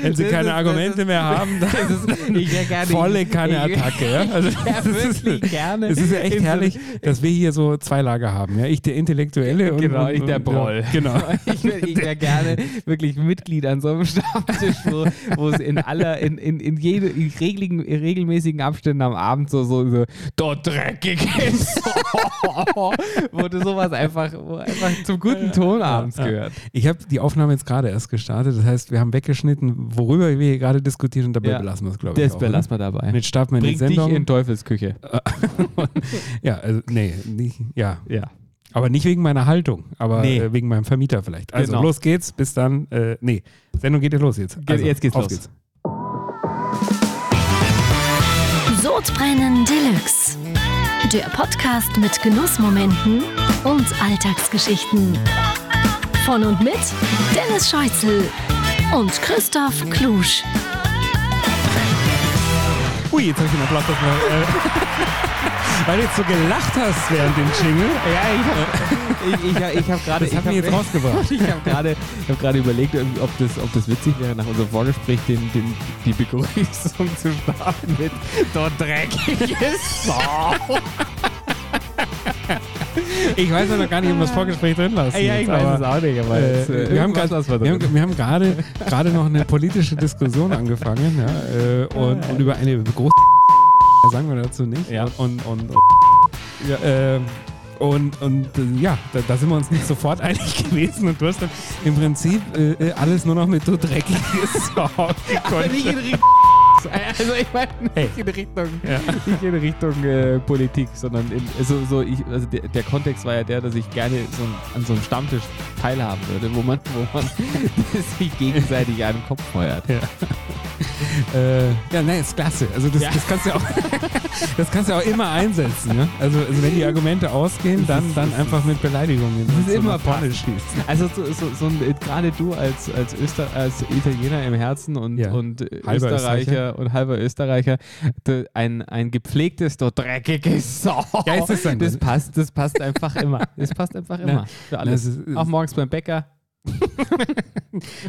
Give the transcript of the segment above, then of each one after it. Wenn sie Das keine ist- Argumente das ist- mehr haben, dann Das ist, ich wär gerne, volle Kanne ich, Attacke. Ja? Also, wär das ist- wirklich gerne Es ist ja echt in so- herrlich, dass wir hier so zwei Lager haben. Ja? Ich der Intellektuelle und, Genau, und ich der und- Broll. Ja, genau. Ich wäre ich wär gerne wirklich Mitglied an so einem Stammtisch, wo, wo es in aller, in, in, in, jede, in, regligen, in regelmäßigen Abständen am Abend so, so, so dort dreckig ist. wo du sowas einfach, wo einfach zum guten Ton abends gehört. Ich habe die Aufnahme jetzt gerade erst gestartet. Das heißt, wir haben weggeschnitten, worüber wir hier gerade diskutieren und dabei Ja. belassen wir es, glaube ich. Das auch, belassen oder? wir dabei. Jetzt starten wir in die Bringt dich Sendung. in Teufelsküche. ja, also, nee, nicht, ja. Ja. Aber nicht wegen meiner Haltung, aber Nee. äh, wegen meinem Vermieter vielleicht. Also Genau. los geht's, bis dann. Äh, nee, Sendung geht ja los jetzt. Also, jetzt geht's auf los. Sodbrennen Deluxe. Der Podcast mit Genussmomenten und Alltagsgeschichten. Von und mit Dennis Scheuzel und Christoph Klusch. Ui, jetzt habe ich den Applaus auf meiner- äh, Weil du jetzt so gelacht hast während dem Jingle. Ja, ich habe ich, ich, hab- ich hab gerade. Das hat ich mich jetzt hab- rausgebracht. Ich habe gerade ich hab gerade überlegt, irgendwie, ob das, ob das witzig wäre, nach unserem Vorgespräch den, den, die Begrüßung zu starten mit dort dreckiges Sau. Ich weiß ja noch gar nicht, ob wir das Vorgespräch drin lassen. jetzt, aber, auch nicht, aber äh, wir, haben grad, was wir wir, haben, wir haben gerade gerade noch eine politische Diskussion angefangen ja, äh, und, und über eine große sagen wir dazu nicht Ja. und und, und, äh, und, und äh, ja, da, da sind wir uns nicht sofort einig gewesen und du hast dann im Prinzip äh, äh, alles nur noch mit so dreckiges nicht in Richtung. Also ich meine nicht Hey. in Richtung, Ja. nicht in Richtung äh, Politik, sondern in, so, so ich, also der, der Kontext war ja der, dass ich gerne so ein, an so einem Stammtisch teilhaben würde, wo man, wo man sich gegenseitig an den Kopf feuert. Äh, ja, nein, ist klasse. Also das, Ja. das kannst du ja auch, das kannst du ja auch immer einsetzen. Ne? Also, also wenn die Argumente ausgehen, dann, dann einfach mit Beleidigungen. Das ist So immer nach vorne passend. schießt. Also so, so, so ein, gerade du als, als, Öster, als Italiener im Herzen und, Ja. und Halber Österreicher und halber Österreicher, d- ein, ein gepflegtes, du dreckiges Sau. Ja, ist das dann- das passt, das passt einfach immer. Das passt einfach immer. Für alles. Das ist- Auch morgens beim Bäcker.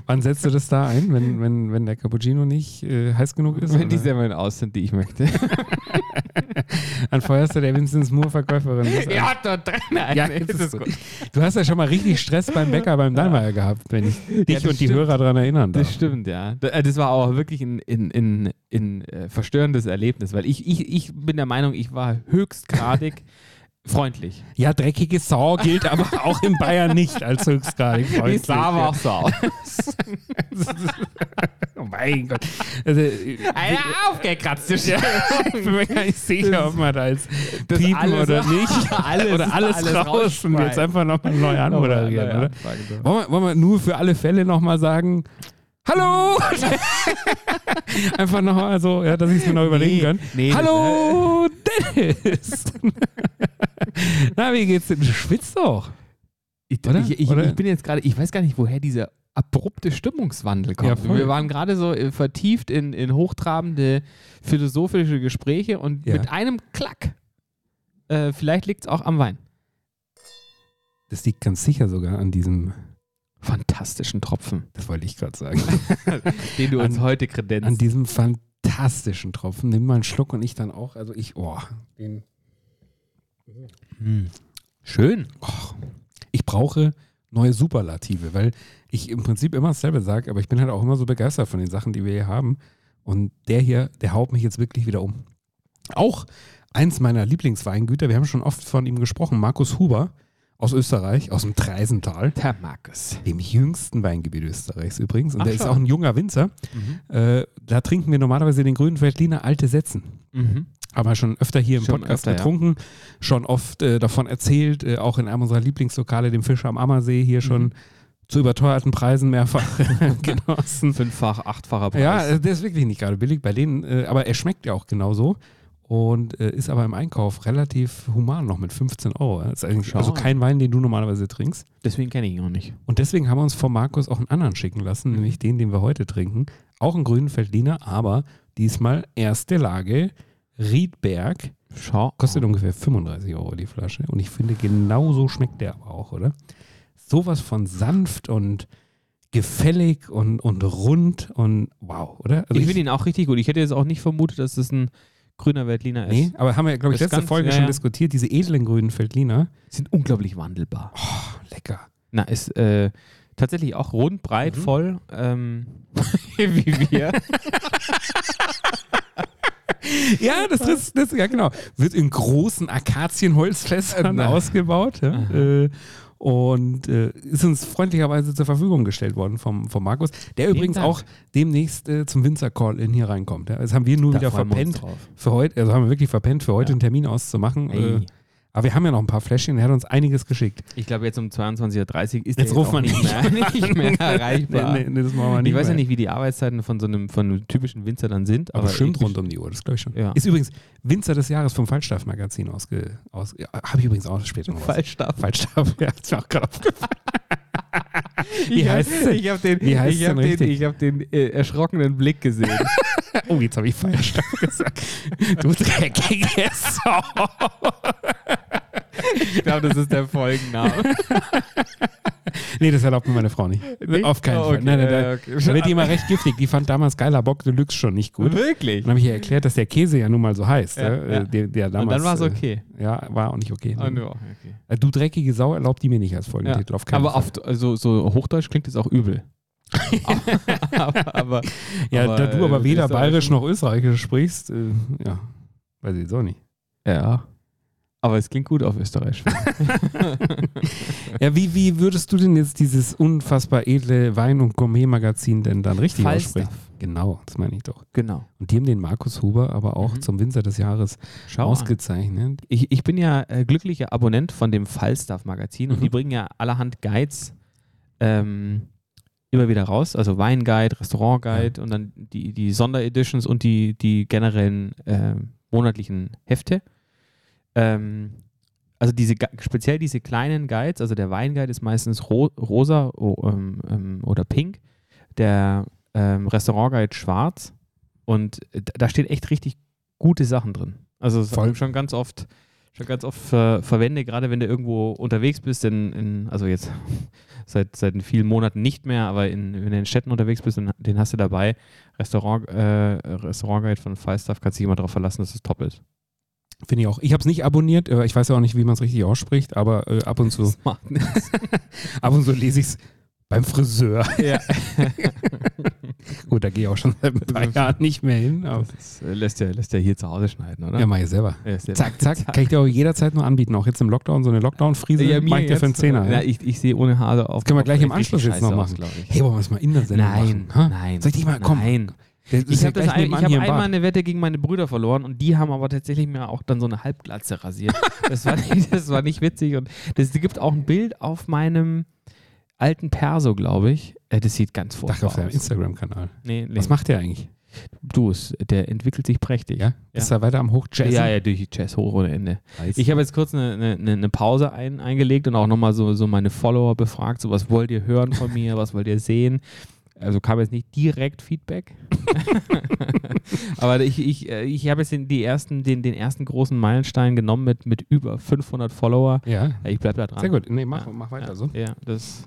Wann setzt du das da ein, wenn, wenn, wenn der Cappuccino nicht äh, heiß genug ist? Wenn die oder? Semmeln aus sind, die ich möchte. Dann feuerst du der Vincent Moore Verkäuferin. das an. da drin. Ja, Ja, jetzt ist ist das gut. gut. Du hast ja schon mal richtig Stress beim Bäcker, beim Dallmayr gehabt, wenn ich dich das und die stimmt. Hörer daran erinnern darf. Das stimmt, ja. Da- äh, Das war auch wirklich ein, ein, ein, ein äh, verstörendes Erlebnis, weil ich, ich, ich bin der Meinung, ich war höchstgradig freundlich. Ja, dreckige Sau gilt aber auch in Bayern nicht als höchstgradig freundlich. Die Sau war auch Sau. Oh mein Gott. Also, ich Eine aufgekratzte bin mir gar nicht sicher, ob man da jetzt das piepen alles- oder nicht. alles- oder alles, alles raus und rausschneiden. jetzt einfach nochmal neu anmoderieren, oder? oder? Wollen wir, wollen wir nur für alle Fälle nochmal sagen, Hallo! Einfach nochmal so, ja, dass ich es mir noch überlegen kann. Nee, nee, das- äh, Hallo, Dennis! Na, wie geht's denn? Du schwitzt doch. Ich, Oder? ich, ich, Oder? ich bin jetzt gerade, ich weiß gar nicht, woher dieser abrupte Stimmungswandel Ja, kommt. voll. Wir waren gerade so äh, vertieft in, in hochtrabende philosophische Gespräche und Ja. mit einem Klack. Äh, vielleicht liegt es auch am Wein. Das liegt ganz sicher sogar an diesem, Fantastischen Tropfen, das wollte ich gerade sagen, den du uns heute an kredenzt. diesem fantastischen Tropfen. Nimm mal einen Schluck und ich dann auch. Also ich, oh, den, Schön. ich brauche neue Superlative, weil ich im Prinzip immer dasselbe sage, aber ich bin halt auch immer so begeistert von den Sachen, die wir hier haben. Und der hier, der haut mich jetzt wirklich wieder um. Auch eins meiner Lieblingsweingüter, wir haben schon oft von ihm gesprochen, Markus Huber aus Österreich, aus dem Treisental. Der Markus. dem jüngsten Weingebiet Österreichs übrigens. Und Ach, der ist schau. auch ein junger Winzer. Mhm. Äh, da trinken wir normalerweise den grünen Veltliner alte Sätzen. Mhm. Haben wir schon öfter hier im Schon Podcast öfter, ja. getrunken, schon oft äh, davon erzählt, äh, auch in einem unserer Lieblingslokale, dem Fischer am Ammersee, hier schon Mhm. zu überteuerten Preisen mehrfach Genau, genossen. Fünffach, achtfacher Preis. Ja, äh, der ist wirklich nicht gerade billig bei denen, äh, aber er schmeckt ja auch genauso. Und äh, ist aber im Einkauf relativ human noch mit 15 Euro. Das ist eigentlich- Schau also an. kein Wein, den du normalerweise trinkst. deswegen kenne ich ihn auch nicht. Und deswegen haben wir uns von Markus auch einen anderen schicken lassen, Mhm. nämlich den, den wir heute trinken. Auch einen grünen Feldliner, aber diesmal erste Lage Riedberg. Schau. Kostet ungefähr 35 Euro die Flasche. Und ich finde, genau so schmeckt der aber auch, oder? Sowas von sanft und gefällig und, und rund und wow, oder? Also ich finde ihn auch richtig gut. Ich hätte jetzt auch nicht vermutet, dass das ein grüner Veltliner ist. Nee, aber haben wir, glaube ich, Das letzte ganz- Folge ja, schon ja. diskutiert, diese edlen grünen Feldliner. Sind unglaublich wandelbar. Oh, lecker. Na, ist äh, tatsächlich auch rund, breit, voll, ähm, wie wir. Ja, das ist, das, ja genau. Wird in großen Akazienholzfässern Na. ausgebaut. Ja. Äh, und äh, ist uns freundlicherweise zur Verfügung gestellt worden vom, vom Markus, der übrigens Dank. auch demnächst äh, zum Winzer-Call in hier reinkommt. Ja. Das haben wir nur Da wieder freuen wir uns verpennt drauf. für heute, also haben wir wirklich verpennt, für heute Ja. einen Termin auszumachen. Ey. Äh, aber wir haben ja noch ein paar Fläschchen, er hat uns einiges geschickt. Ich glaube, jetzt um 22.30 Uhr Jetzt ist der ruft auch man nicht ihn mehr, nicht mehr erreichbar. Nee, nee, nee, das machen wir nicht ich weiß mehr. ja nicht, wie die Arbeitszeiten von so einem, von einem typischen Winzer dann sind. Aber Aber bestimmt ich- rund um die Uhr, das glaube ich schon. Ja. Ist übrigens Winzer des Jahres vom Falstaff-Magazin ausge. Aus, ja, Habe ich übrigens auch später noch was. Falsch da. Falstaff, ja, ist mir auch gerade aufgefallen. Wie Ich hab- heißt denn? Ich habe den, Wie heißt ich hab denn den, richtig? ich hab den äh, erschrockenen Blick gesehen. Oh, jetzt habe ich Falstaff gesagt. Du dreckige Sau. Ich glaube, das ist der Folgenname. Nee, das erlaubt mir meine Frau nicht. Nicht? Auf keinen Oh, Fall. okay, Nein, nein, ja, nein. ja, okay. Da wird die immer recht giftig. Die fand damals Geiler Bock Deluxe schon nicht gut. Wirklich? Dann habe ich ihr erklärt, dass der Käse ja nun mal so heißt. Ja, ja, äh, ja. Der, der Und damals, dann war es äh, okay. Ja, war auch nicht okay. Ah, nur, okay. Äh, Du dreckige Sau erlaubt die mir nicht als Ja. Folgentitel. Auf keinen Aber Fall. auf, also, so Hochdeutsch klingt es auch übel. aber, aber Ja, Aber, da du aber äh, weder Österreichisch- bayerisch noch österreichisch sprichst, äh, ja, weiß ich so nicht. Ja. Aber es klingt gut auf Österreich. Ja, wie, wie würdest du denn jetzt dieses unfassbar edle Wein- und Gourmet-Magazin denn dann richtig Falstaff. aussprechen? Genau, das meine ich doch. genau. Und die haben den Markus Huber aber auch Mhm. zum Winzer des Jahres Schau. an. ausgezeichnet. Ich, ich bin ja äh, glücklicher Abonnent von dem Falstaff-Magazin und Mhm. die bringen ja allerhand Guides ähm, immer wieder raus. Also Weinguide, Restaurantguide und dann die, die Sondereditions und die, die generellen ähm, monatlichen Hefte. Ähm, also diese Gu- speziell diese kleinen Guides, also der Weinguide ist meistens ro rosa o, ähm, ähm, oder pink, der ähm, Restaurantguide schwarz und d- da stehen echt richtig gute Sachen drin. Also das Voll. habe ich schon ganz oft schon ganz oft ver verwende, gerade wenn du irgendwo unterwegs bist, in, in, also jetzt seit, seit vielen Monaten nicht mehr, aber in, wenn du in Städten unterwegs bist, dann, den hast du dabei. Restaurant, äh, Restaurantguide von Falstaff kannst dich immer darauf verlassen, dass es top ist. Finde ich auch. Ich habe es nicht abonniert, äh, ich weiß ja auch nicht, wie man es richtig ausspricht, aber äh, ab und zu, Smart. ab und zu lese ich es beim Friseur. ja. Gut, da gehe ich auch schon seit ein paar Jahren nicht mehr hin. Aber, Das äh, lässt ja, lässt ja hier zu Hause schneiden, oder? ja, mach ich selber. Ja, ist ja- Zack, zack, kann ich dir auch jederzeit nur anbieten, auch jetzt im Lockdown, so eine Lockdown-Friese, Ja, mir mach ich dir für einen jetzt. äh, Zehner. Na, ich, ich sehe ohne Haare auf. Können wir auf- gleich im richtig Anschluss jetzt scheiße noch aus, machen. glaub ich. Hey, wollen wir es mal in der Sendung Nein, machen? ha? nein. Soll ich dich mal, komm. Nein. Der ist Ich ja habe gleich ein, ich nebenan hab hier im einmal Bad. eine Wette gegen meine Brüder verloren und die haben aber tatsächlich mir auch dann so eine Halbglatze rasiert. Das war nicht, das war nicht witzig und das gibt auch ein Bild auf meinem alten Perso, glaube ich. Äh, Das sieht ganz Ach, auf furchtbar deinem aus. Instagram-Kanal. Nee, nee. Was macht der eigentlich? du? es- Der entwickelt sich prächtig. Ja? Ist er weiter am Hochjazz? ja, ja, durch die Jazz hoch ohne Ende. Ich Ich habe jetzt kurz eine, eine, eine Pause ein, eingelegt und auch nochmal so, so meine Follower befragt, so was wollt ihr hören von mir, was wollt ihr sehen. Also kam jetzt nicht direkt Feedback. Aber ich, ich, äh, ich habe jetzt den, die ersten, den, den ersten großen Meilenstein genommen mit, mit über 500 Follower. ja. Ich bleibe da dran. Sehr gut. Nee, mach, Ah. Ja. mach weiter Ja, so. ja das,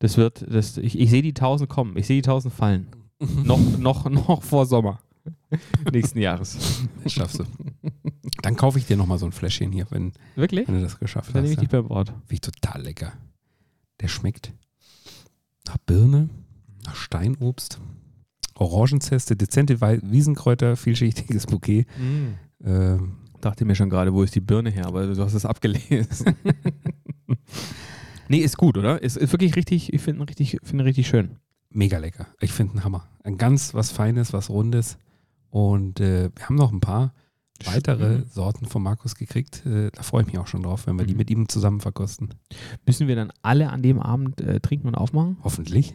das wird, das, ich, ich sehe die 1000 kommen, ich sehe die 1000 fallen. noch, noch, noch vor Sommer nächsten Jahres. Das schaffst du. Dann kaufe ich dir nochmal so ein Fläschchen hier, wenn, Wirklich? wenn du das geschafft hast. Dann nehme ich Ja. dich beim Wort. Finde ich total lecker. Der schmeckt nach Birne, nach Steinobst, Orangenzeste, dezente Wei- Wiesenkräuter, vielschichtiges Bouquet. Ähm, Dachte mir schon gerade, wo ist die Birne her, aber du hast es abgelesen. nee, ist gut, oder? Ist, ist wirklich richtig, ich finde ihn richtig, find ihn richtig schön. mega lecker. Ich finde einen Hammer. Ein ganz was Feines, was Rundes. Und äh, wir haben noch ein paar weitere Mhm. Sorten von Markus gekriegt. Äh, da freue ich mich auch schon drauf, wenn wir die Mhm. mit ihm zusammen verkosten. Müssen wir dann alle an dem Abend äh, trinken und aufmachen? Hoffentlich.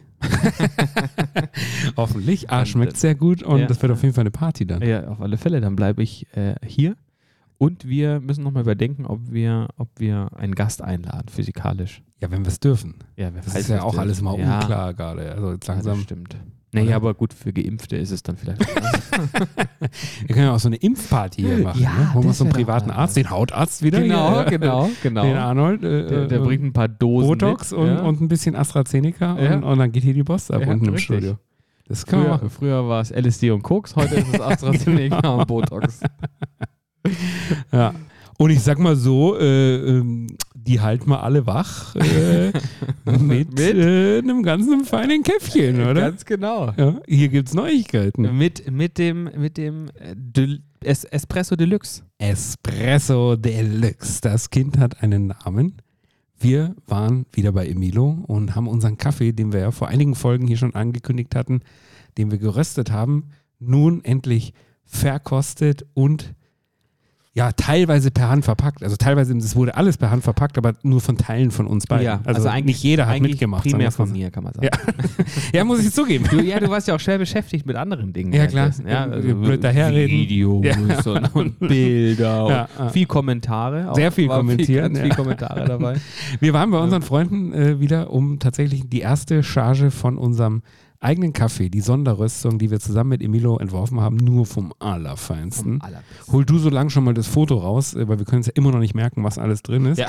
Hoffentlich. Ah, schmeckt sehr gut und Ja. das wird auf jeden Fall eine Party dann. äh, Ja, auf alle Fälle, dann bleibe ich äh, hier. Und wir müssen nochmal überdenken, ob wir, ob wir einen Gast einladen, physikalisch. Ja, wenn wir es dürfen. Ja, wer Das weiß, ist ja was auch der- alles mal ja, unklar gerade. Also jetzt Ja, das langsam stimmt. Naja, Oder? aber gut, für Geimpfte ist es dann vielleicht. Wir können ja auch so eine Impfparty hier machen. Ja, ne? Holen wir das so einen wär doch privaten mal Arzt, den Hautarzt wieder. hier, äh, genau, genau. Den Arnold. Äh, Der, der äh, bringt ein paar Dosen Botox mit. und, ja. und ein bisschen AstraZeneca Ja. und, und dann geht hier die Post ab Ja, unten im richtig. Studio. Das können wir Früher, machen. früher war es LSD und Koks, heute ist es AstraZeneca und Botox. Ja. Und ich sag mal so, äh, ähm, die halten mal alle wach äh, mit, Mit? Äh, einem ganzen feinen Käffchen, oder? Ganz genau. Ja, hier gibt's Neuigkeiten. Mit, mit dem, mit dem äh, Del Es Espresso Deluxe. Espresso Deluxe. Das Kind hat einen Namen. Wir waren wieder bei Emilio und haben unseren Kaffee, den wir ja vor einigen Folgen hier schon angekündigt hatten, den wir geröstet haben, nun endlich verkostet und ja, teilweise per Hand verpackt. Also teilweise, es wurde alles per Hand verpackt, aber nur von Teilen von uns beiden. Ja, also also eigentlich- nicht jeder hat Eigentlich mitgemacht. Primär sagen von wir's mir, kann man sagen. Ja. mal so. Ja, muss ich zugeben. Du, ja, du warst ja auch schwer beschäftigt mit anderen Dingen. Ja, klar. währenddessen, Ja, also Blöd daherreden. Videos Ja. und, und Bilder. Ja, und ja. Viel Kommentare. Auch Sehr viel war kommentieren, Viel, ganz ja. viel Kommentare dabei. Wir waren bei unseren Freunden äh, wieder, um tatsächlich die erste Charge von unserem eigenen Kaffee, die Sonderröstung, die wir zusammen mit Emilio entworfen haben, nur vom Allerfeinsten. Allerbesten. Hol du so lang schon mal das Foto raus, äh, weil wir können es ja immer noch nicht merken, was alles drin ist. Ja.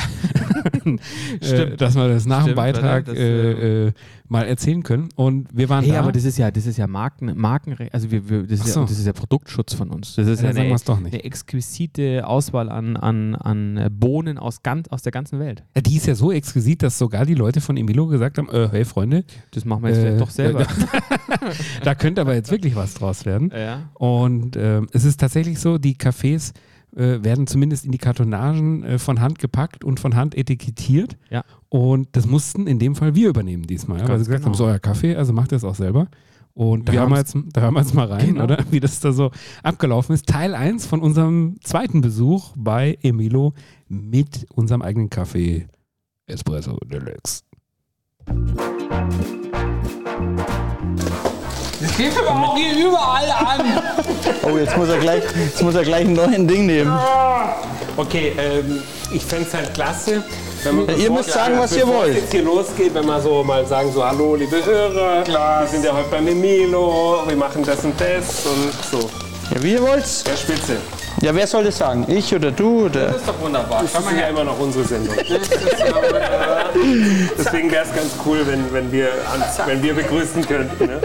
äh, dass wir das nach dem Stimmt, Beitrag verdammt, das, äh, äh, mal erzählen können. Und wir waren Hey, da. aber das ist ja, das ist ja Marken, Markenrecht, also wir, wir, das, Ach ist so. ja, das ist ja Produktschutz von uns. Das ist Ja, ja, dann sagen eine, wir's doch nicht. eine exquisite Auswahl an, an, an Bohnen aus, ganz, aus der ganzen Welt. Ja, Äh, die ist ja so exquisit, dass sogar die Leute von Emilio gesagt haben, äh, hey Freunde, Das machen wir jetzt Äh, vielleicht doch selber. da könnte aber jetzt wirklich was draus werden. ja. Und ähm, es ist tatsächlich so, die Cafés äh, werden zumindest in die Kartonagen äh, von Hand gepackt und von Hand etikettiert. Ja. Und das mussten in dem Fall wir übernehmen diesmal. Ja? Weil Ganz sie gesagt genau. haben, so euer Kaffee, also macht ihr es auch selber. Und da Wir hören, wir jetzt, da hören wir jetzt mal rein, Genau. oder? Wie das da so abgelaufen ist. Teil 1 von unserem zweiten Besuch bei Emilo mit unserem eigenen Kaffee Espresso Deluxe. Oh, jetzt muss er gleich, jetzt muss er gleich ein neues Ding nehmen. Okay, ähm, ich fände es halt klasse, wenn man. ihr müsst sagen, was ihr bevor wollt. es jetzt hier losgeht, wenn wir so mal sagen, so hallo liebe Hörer, wir sind ja heute beim Emilo, wir machen das und das und so. Ja, wie ihr wollt's? Ja, spitze. Ja, wer soll das sagen? Ich oder du oder? ist doch wunderbar. Das ist ja immer noch unsere Sendung. Deswegen wäre es ganz cool, wenn, wenn, wir, ans- wenn wir begrüßen könnten. Ne?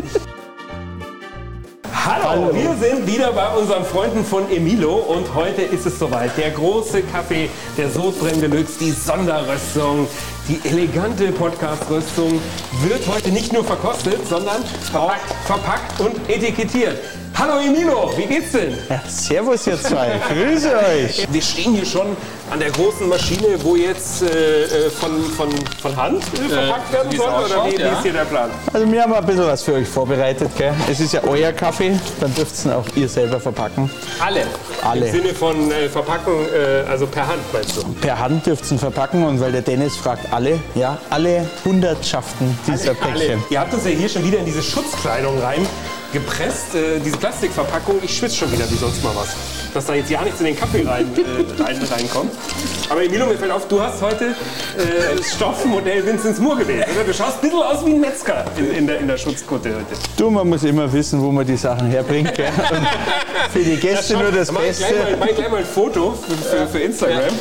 Hallo, wir sind wieder bei unseren Freunden von Emilo und heute ist es soweit. Der große Kaffee, der Sodbrenn Deluxe, die Sonderröstung, die elegante Podcast-Röstung wird heute nicht nur verkostet, sondern verpackt, verpackt und etikettiert. Hallo Emilo, wie geht's denn? Ja, servus ihr zwei. Grüße euch. Wir stehen hier schon an der großen Maschine, wo jetzt äh, äh, von, von, von Hand äh, verpackt werden soll. Oder wie, wie ist hier der Plan? Also wir haben ein bisschen was für euch vorbereitet, gell? Es ist ja euer Kaffee, dann dürft's ihn auch ihr selber verpacken. Alle. Alle. Im Sinne von äh, Verpackung, äh, also per Hand meinst du? Per Hand dürft's ihn verpacken und weil der Dennis fragt alle, ja, alle Hundertschaften dieser Päckchen. Ihr habt uns ja hier schon wieder in diese Schutzkleidung rein gepresst, äh, diese Plastikverpackung. Ich schwitze schon wieder wie sonst mal was. Dass da jetzt ja nichts in den Kaffee rein, äh, rein, reinkommt. Aber Emilio, mir fällt auf, du hast heute äh, das Stoffmodell Vincent Moore gewählt. Oder? Du schaust ein bisschen aus wie ein Metzger in, in, der, in der Schutzkutte heute. Du, man muss immer wissen, wo man die Sachen herbringt, gell? Und für die Gäste nur das Dann mach ich gleich mal- Beste. Mach ich gleich mal ein Foto für, für, für Instagram.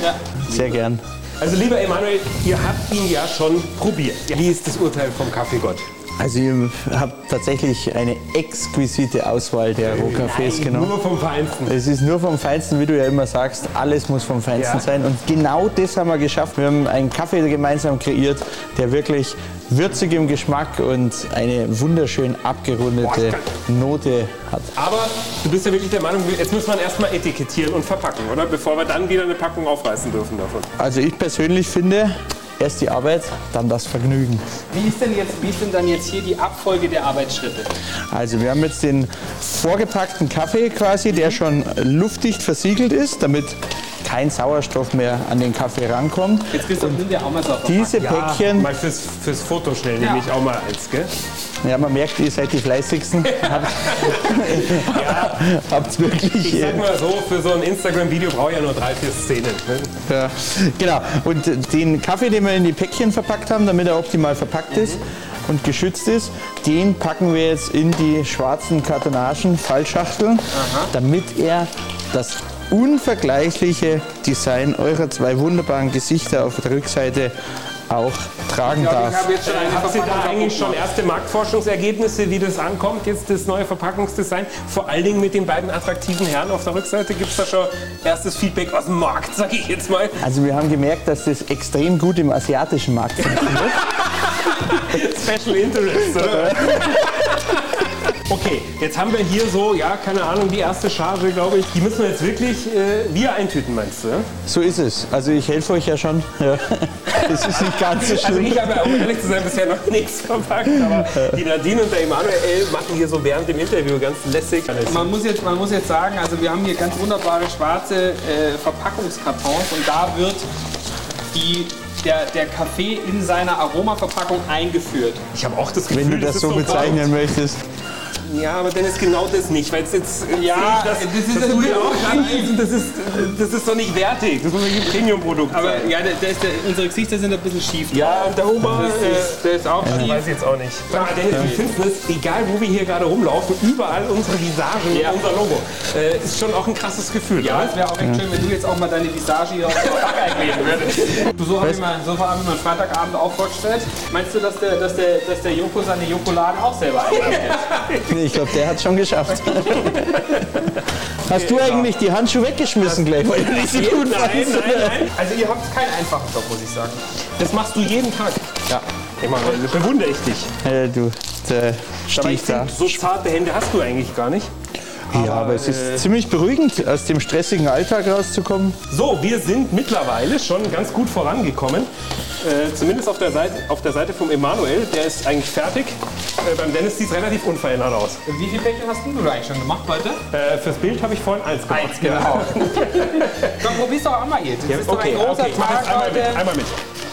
Sehr gern. Also lieber Emanuel, ihr habt ihn ja schon probiert. Wie ist das Urteil vom Kaffeegott? Also ihr habt tatsächlich eine exquisite Auswahl der Rohkaffees genommen. Nur vom Feinsten. Es ist nur vom Feinsten, wie du ja immer sagst, alles muss vom Feinsten Ja. sein. Und genau das haben wir geschafft. Wir haben einen Kaffee gemeinsam kreiert, der wirklich würzig im Geschmack und eine wunderschön abgerundete Note hat. Aber du bist ja wirklich der Meinung, jetzt muss man erstmal etikettieren und verpacken, oder? Bevor wir dann wieder eine Packung aufreißen dürfen davon. Also ich persönlich finde, erst die Arbeit, dann das Vergnügen. Wie ist denn jetzt, wie ist denn dann jetzt hier die Abfolge der Arbeitsschritte? Also wir haben jetzt den vorgepackten Kaffee quasi, Mhm. der schon luftdicht versiegelt ist, damit kein Sauerstoff mehr an den Kaffee rankommt. Jetzt Christoph, nimm dir auch mal so auf. Diese Ah. Päckchen Mal fürs, fürs Foto schnell nehme ich auch mal eins, gell? Ja, man merkt, ihr seid die fleißigsten. Habt, habt's wirklich. Ich äh, sag mal so, für so ein Instagram-Video brauche ich ja nur drei, vier Szenen. Ne? Ja, genau. Und äh, den Kaffee, den wir in die Päckchen verpackt haben, damit er optimal verpackt ist und geschützt ist, den packen wir jetzt in die schwarzen Kartonagen, Fallschachteln, damit er das unvergleichliche Design eurer zwei wunderbaren Gesichter auf der Rückseite auch tragen glaube, ich darf. habe jetzt schon eine Habt ihr Verpackung da kaputt eigentlich schon gemacht. erste Marktforschungsergebnisse, wie das ankommt, jetzt das neue Verpackungsdesign? Vor allen Dingen mit den beiden attraktiven Herren auf der Rückseite gibt es da schon erstes Feedback aus dem Markt, sag ich jetzt mal. Also wir haben gemerkt, dass das extrem gut im asiatischen Markt funktioniert. Special Interest, oder? Okay, jetzt haben wir hier so, ja, keine Ahnung, die erste Charge, glaube ich. Die müssen wir jetzt wirklich äh, wieder eintüten, meinst du? ja? So ist es. Also ich helfe euch ja schon. Ja. Es ist nicht ganz so Also schlimm. ich habe ja, um ehrlich zu sein, bisher noch nichts verpackt, aber die Nadine und der Emanuel machen hier so während dem Interview ganz lässig. Man muss, jetzt, man muss jetzt sagen, also wir haben hier ganz wunderbare schwarze äh, Verpackungskartons und da wird die, der, der Kaffee in seiner Aromaverpackung eingeführt. Ich habe auch das Gefühl, Wenn du das ist so bezeichnen möchtest. Ja, aber dann ist genau das nicht, weil es jetzt. Ja, das, das ist das, natürlich ja auch auch sagen, das ist Das ist doch nicht wertig. Das muss ein Premium-Produkt Aber sein. ja, der, der ist, der, unsere Gesichter sind ein bisschen schief. Ja, und der Oma. äh, Der ist auch Ich schief. weiß jetzt auch nicht. Sag mal, Dennis, wir finden es, egal wo wir hier gerade rumlaufen, überall unsere Visagen und unser Logo. Äh, ist schon auch ein krasses Gefühl. Ja, oder? es wäre auch echt schön, wenn du jetzt auch mal deine Visage hier auf der Backe einlegen würdest. So habe ich, mir- so hab ich mir einen Freitagabend auch vorgestellt. Meinst du, dass der, dass der, dass der Joko seine Jokoladen auch selber einlegt? Nee, ich glaube, der hat schon geschafft. Hast du eigentlich die Handschuhe weggeschmissen gleich, weil du nicht so gut Nein, warst? nein, nein. Also ihr habt keinen einfachen Job, muss ich sagen. Das machst du jeden Tag. Ja. Ich meine, bewundere ich dich. Äh, du, da Aber stehe ich ich da. finde, so zarte Hände hast du eigentlich gar nicht. Ja, aber es äh, ist ziemlich beruhigend, aus dem stressigen Alltag rauszukommen. So, wir sind mittlerweile schon ganz gut vorangekommen. Äh, zumindest auf der, Seite, auf der Seite vom Emanuel, der ist eigentlich fertig. Äh, beim Dennis sieht es relativ unverändert aus. Wie viele Päckchen hast denn du da eigentlich schon gemacht heute? Äh, fürs Bild habe ich vorhin eins gemacht. Eins, genau. Komm, probier's doch einmal jetzt. Das Ja, ist okay, doch ein großer okay, ich mache Tag jetzt einmal mit. heute. Einmal mit.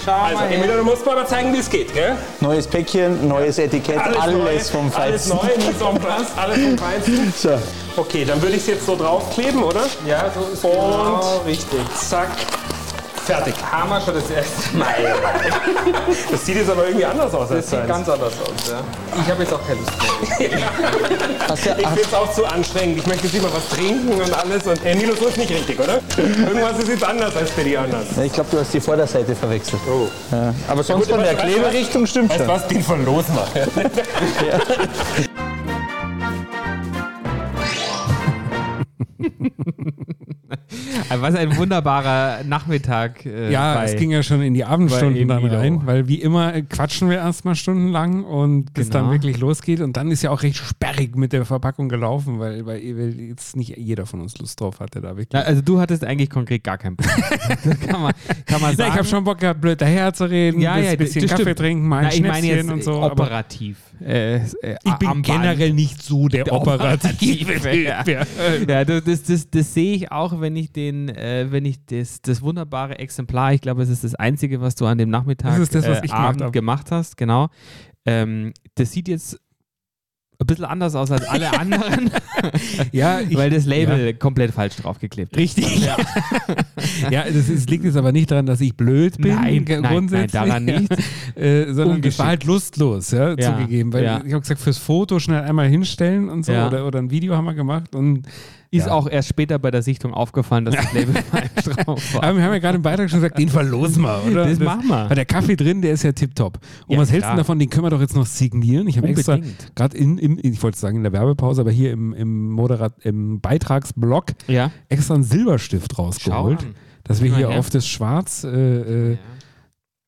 Schau Also, mal her. Emilia, du musst mir aber zeigen, wie es geht, gell? Neues Päckchen, neues Etikett, alles, neu, vom Alles Feinsten. neu, nichts vom Platz, alles vom Feinsten. So, Okay, dann würde ich es jetzt so draufkleben, oder? Ja, so ist Und- genau richtig. Zack. Fertig. Haben wir schon das erste Mal. Das sieht jetzt aber irgendwie anders aus Das als sieht deins. ganz anders aus, ja. Ich habe jetzt auch keine Lust mehr. hast du, Ich ach, finde es auch zu anstrengend. Ich möchte jetzt immer was trinken und alles. Und Emilio, so ist nicht richtig, oder? Irgendwas ist jetzt anders als bei dir anders. ich glaube, du hast die Vorderseite verwechselt. Oh. Ja. Aber sonst von weißt der du was? Kleberichtung stimmt Weißt du schon. was? Den von los machen. Was ein wunderbarer Nachmittag. äh, Ja, bei- es ging ja schon in die Abendstunden dann Emilio. rein, weil wie immer äh, quatschen wir erstmal stundenlang und bis Genau. dann wirklich losgeht. Und dann ist ja auch recht sperrig mit der Verpackung gelaufen, weil, weil jetzt nicht jeder von uns Lust drauf hatte, da wirklich. Ja, also du hattest eigentlich konkret gar keinen Bock. Das kann man, kann man sagen. Ja, ich habe schon Bock gehabt, blöd daher zu reden, ein bisschen das Kaffee stimmt. trinken, mal ein Na, ich meine Schnäpschen jetzt äh, und so. aber- operativ. Äh, äh, Ich bin am Band. generell nicht so der, operative Operative, Typ. Ja. Ja, das, das, das, das sehe ich auch, wenn ich den, äh, wenn ich das, das wunderbare Exemplar, ich glaube, es ist das Einzige, was du an dem Nachmittag Das ist das, was äh, ich gemacht Abend habe. gemacht hast, genau. Ähm, das sieht jetzt ein bisschen anders aus als alle anderen, Ja, ich, weil das Label komplett falsch draufgeklebt ist. richtig. Ja, das ist, liegt jetzt aber nicht daran, dass ich blöd bin. Nein, ge- nein, nein, grundsätzlich, daran nicht. Ja, äh, sondern Ungeschickt. ich war halt lustlos, ja, zugegeben. Weil ja. ich habe gesagt, fürs Foto schnell einmal hinstellen und so Ja. oder, oder ein Video haben wir gemacht. Und Ist Ja. auch erst später bei der Sichtung aufgefallen, dass das Label falsch drauf war. aber wir haben ja gerade im Beitrag schon gesagt, den verlosen wir, oder? Das machen wir. Weil der Kaffee drin, der ist ja tipptopp. Und Ja, was hältst du klar. denn davon? Den können wir doch jetzt noch signieren. Ich habe extra Unbedingt. gerade in, im, ich wollte sagen in der Werbepause, aber hier im, im, Moderat, im Beitragsblock Ja. extra einen Silberstift rausgeholt, Schau an. dass wir Guck mal hier her. auf das Schwarz, äh, äh,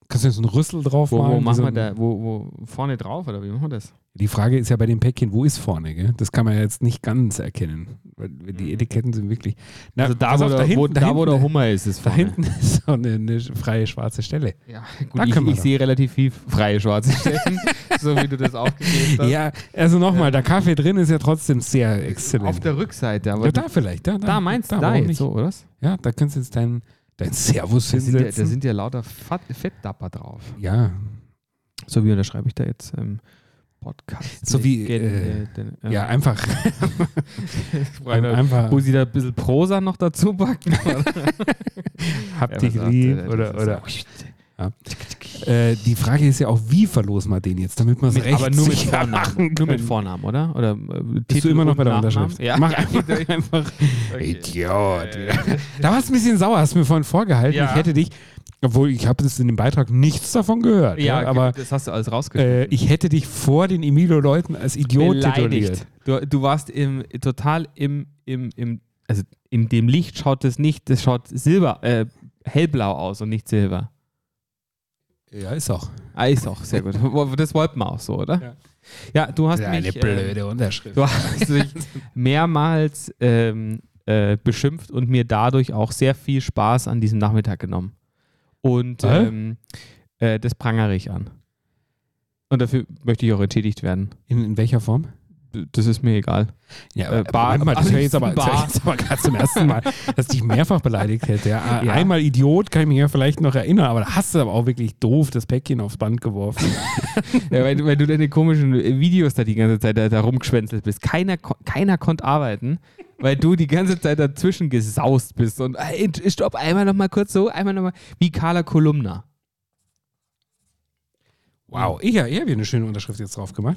kannst du jetzt so einen Rüssel drauf Wo, machen? wo machen so wir da? Wo, wo vorne drauf oder wie machen wir das? Die Frage ist ja bei dem Päckchen, wo ist vorne, gell? Das kann man ja jetzt nicht ganz erkennen. Weil die Etiketten sind wirklich. Na, Mhm. Also da, pass wo, auf, der, wo, da, wo der Hummer ist, ist Da vorne. hinten ist so eine, eine freie schwarze Stelle. Ja, Da gut, ich, können wir ich doch. sehe relativ viel freie schwarze Stellen, so wie du das aufgegeben hast. Ja, also nochmal, der Kaffee drin ist ja trotzdem sehr Auf exzellent. der Rückseite, aber ja, da vielleicht, ja, da, da meinst du, da warum jetzt nicht? so, oder? was? Ja, da kannst du jetzt dein, dein Servus Da sind, ja, da hinsetzen. sind ja lauter Fat- Fettdapper drauf. ja, So, wie unterschreibe ich da jetzt? Ähm, Podcast. So wie, Gen- äh, den- Ja, einfach. Freunde, einfach- Wo sie da ein bisschen Prosa noch dazu packen. Hab Ja, dich was sagt lieb. der denn? Oder, Das oder. ist Äh, die Frage ist ja auch, wie verlosen wir den jetzt, damit man es Mit, recht aber nur mit, sicher Vornamen, machen nur mit können. Vornamen, oder? Oder äh, Bist Titel du immer noch und bei der Nachnamen? Unterschrift? Ja. Mach einfach. einfach Idiot. Da warst du ein bisschen sauer, hast du mir vorhin vorgehalten. Ja. Ich hätte dich, obwohl ich habe es in dem Beitrag nichts davon gehört. ja, aber das hast du alles äh, rausgeschrieben. ich hätte dich vor den Emilio-Leuten als Idiot tituliert. Du, du warst im, total im, im, im, also in dem Licht schaut es nicht, das schaut silber, äh, hellblau aus und nicht silber. Ja, ist auch. Ah, ist auch sehr gut. Das wollten wir auch so, oder? Ja, du hast Ja, mich, eine äh, blöde Unterschrift. Du hast mich mehrmals ähm, äh, beschimpft und mir dadurch auch sehr viel Spaß an diesem Nachmittag genommen. Und Hä? ähm, äh, das prangere ich an. Und dafür möchte ich auch entschädigt werden. In, in welcher Form? D- Das ist mir egal. Ja, Äh, Bar- Moment mal, das am höre ich jetzt aber, liebsten das höre ich Bar. jetzt aber gerade zum ersten Mal, dass ich dich mehrfach beleidigt hätte. Ja, Ja. Einmal Idiot, kann ich mich ja vielleicht noch erinnern, aber da hast du aber auch wirklich doof das Päckchen aufs Band geworfen. Ja, weil, weil du deine komischen äh, Videos da die ganze Zeit da, da rumgeschwänzelt bist. Keiner, ko- keiner konnte arbeiten, weil du die ganze Zeit dazwischen gesaust bist. Und ey, stopp, einmal nochmal kurz so, einmal nochmal. Wie Carla Kolumna. Wow, ich, ja, ich habe hier eine schöne Unterschrift jetzt drauf gemacht.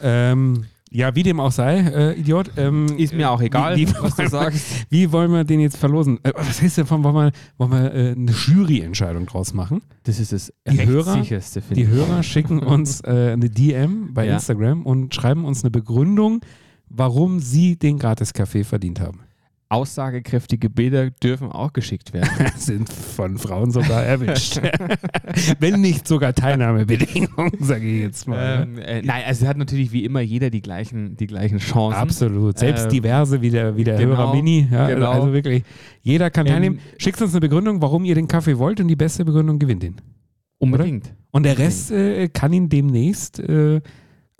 Ähm, ja, wie dem auch sei, äh, Idiot. Ähm, Ist mir auch egal, wie, wie, was du sagst. Wie wollen wir den jetzt verlosen? Äh, was heißt davon, wollen wir, wollen wir äh, eine Juryentscheidung draus machen? Das ist das Die Hörer- rechtssicherste, finde Die ich. Hörer schicken uns äh, eine DM bei Ja. Instagram und schreiben uns eine Begründung, warum sie den Gratis-Kaffee verdient haben. Aussagekräftige Bilder dürfen auch geschickt werden. sind von Frauen sogar erwischt. Wenn nicht sogar Teilnahmebedingungen, sage ich jetzt mal. ähm, äh, nein, also hat natürlich wie immer jeder die gleichen, die gleichen Chancen. Absolut. Selbst ähm, diverse wie der, wie der Mhm. genau, Hörer Mini. Ja, genau. Also wirklich, jeder kann Ähm, teilnehmen. Schickt uns eine Begründung, warum ihr den Kaffee wollt und die beste Begründung gewinnt ihn. Unbedingt. Und der Rest äh, kann ihn demnächst äh,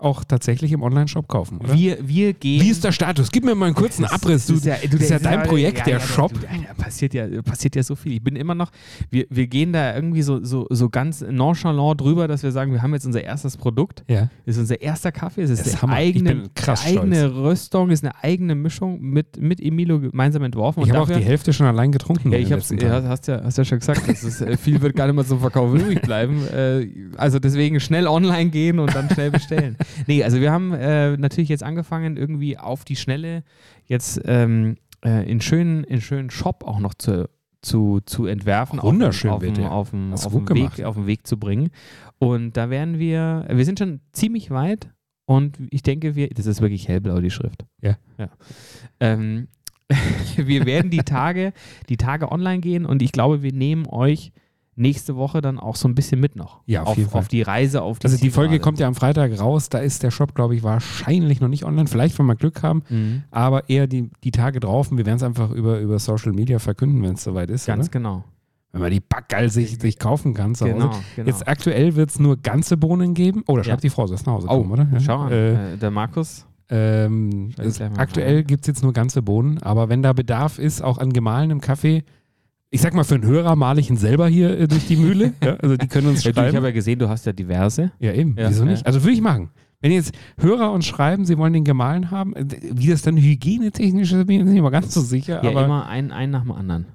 auch tatsächlich im Online-Shop kaufen, oder? Wir, wir gehen. Wie ist der Status? Gib mir mal einen kurzen Abriss. Du, Das das ist ja, dein Projekt, ja, der ja, Shop. Du, da passiert, ja, passiert ja so viel. Ich bin immer noch, wir, wir gehen da irgendwie so, so, so ganz nonchalant drüber, dass wir sagen, wir haben jetzt unser erstes Produkt. ja. Das ist unser erster Kaffee. Es ist, Das ist der Hammer. Ich eigene, bin krass der eigene Röstung, ist eine eigene Mischung mit, mit Emilio gemeinsam entworfen. Ich und habe auch dafür- die Hälfte schon allein getrunken. Ja, in ich den hab's, letzten Tagen. ja, hast, ja, hast ja schon gesagt, das ist, äh, viel wird gar nicht mehr zum Verkauf übrig bleiben. Äh, also deswegen schnell online gehen und dann schnell bestellen. nee, also wir haben äh, natürlich jetzt angefangen, irgendwie auf die Schnelle jetzt ähm, äh, in schönen, in schönen Shop auch noch zu, zu, zu entwerfen. Auch wunderschön auf, dem- wird der. auf, dem- Hast du auf, gut dem Weg, gemacht. auf den Weg zu bringen. Und da werden wir, wir sind schon ziemlich weit und ich denke, wir, das ist wirklich hellblau, die Schrift. Ja. ja. Ähm, wir werden die Tage, die Tage online gehen und ich glaube, wir nehmen euch nächste Woche dann auch so ein bisschen mit noch. Ja, auf auf, jeden Fall. auf die Reise, auf die Also die Folge Zielgerade. kommt ja am Freitag raus. Da ist der Shop, glaube ich, wahrscheinlich noch nicht online. Vielleicht, wenn wir Glück haben, Mhm. aber eher die, die Tage drauf. Und wir werden es einfach über, über Social Media verkünden, wenn es soweit ist. Ganz oder? genau. Wenn man die Backgeil sich, sich kaufen kann ne? zu Genau, Hause. genau. Jetzt aktuell wird es nur ganze Bohnen geben. Oh, da schreibt Ja. die Frau, sie ist nach Hause Oh, gekommen, oder? Ja. Schau an, Äh, äh, der Markus. ähm, Schau ich es, gleich mal aktuell rein. gibt es jetzt nur ganze Bohnen. Aber wenn da Bedarf ist, auch an gemahlenem Kaffee, ich sag mal, für einen Hörer male ich ihn selber hier äh, durch die Mühle. ja, also die können uns Ja, du, ich habe schreiben. ja gesehen, du hast ja diverse. Ja, eben. Ja, Wieso ja. nicht? Also würde ich machen. Wenn jetzt Hörer uns schreiben, sie wollen den gemahlen haben, äh, wie das dann hygienetechnisch ist, bin ich jetzt nicht mal ganz so sicher, Ja, aber immer einen, einen nach dem anderen.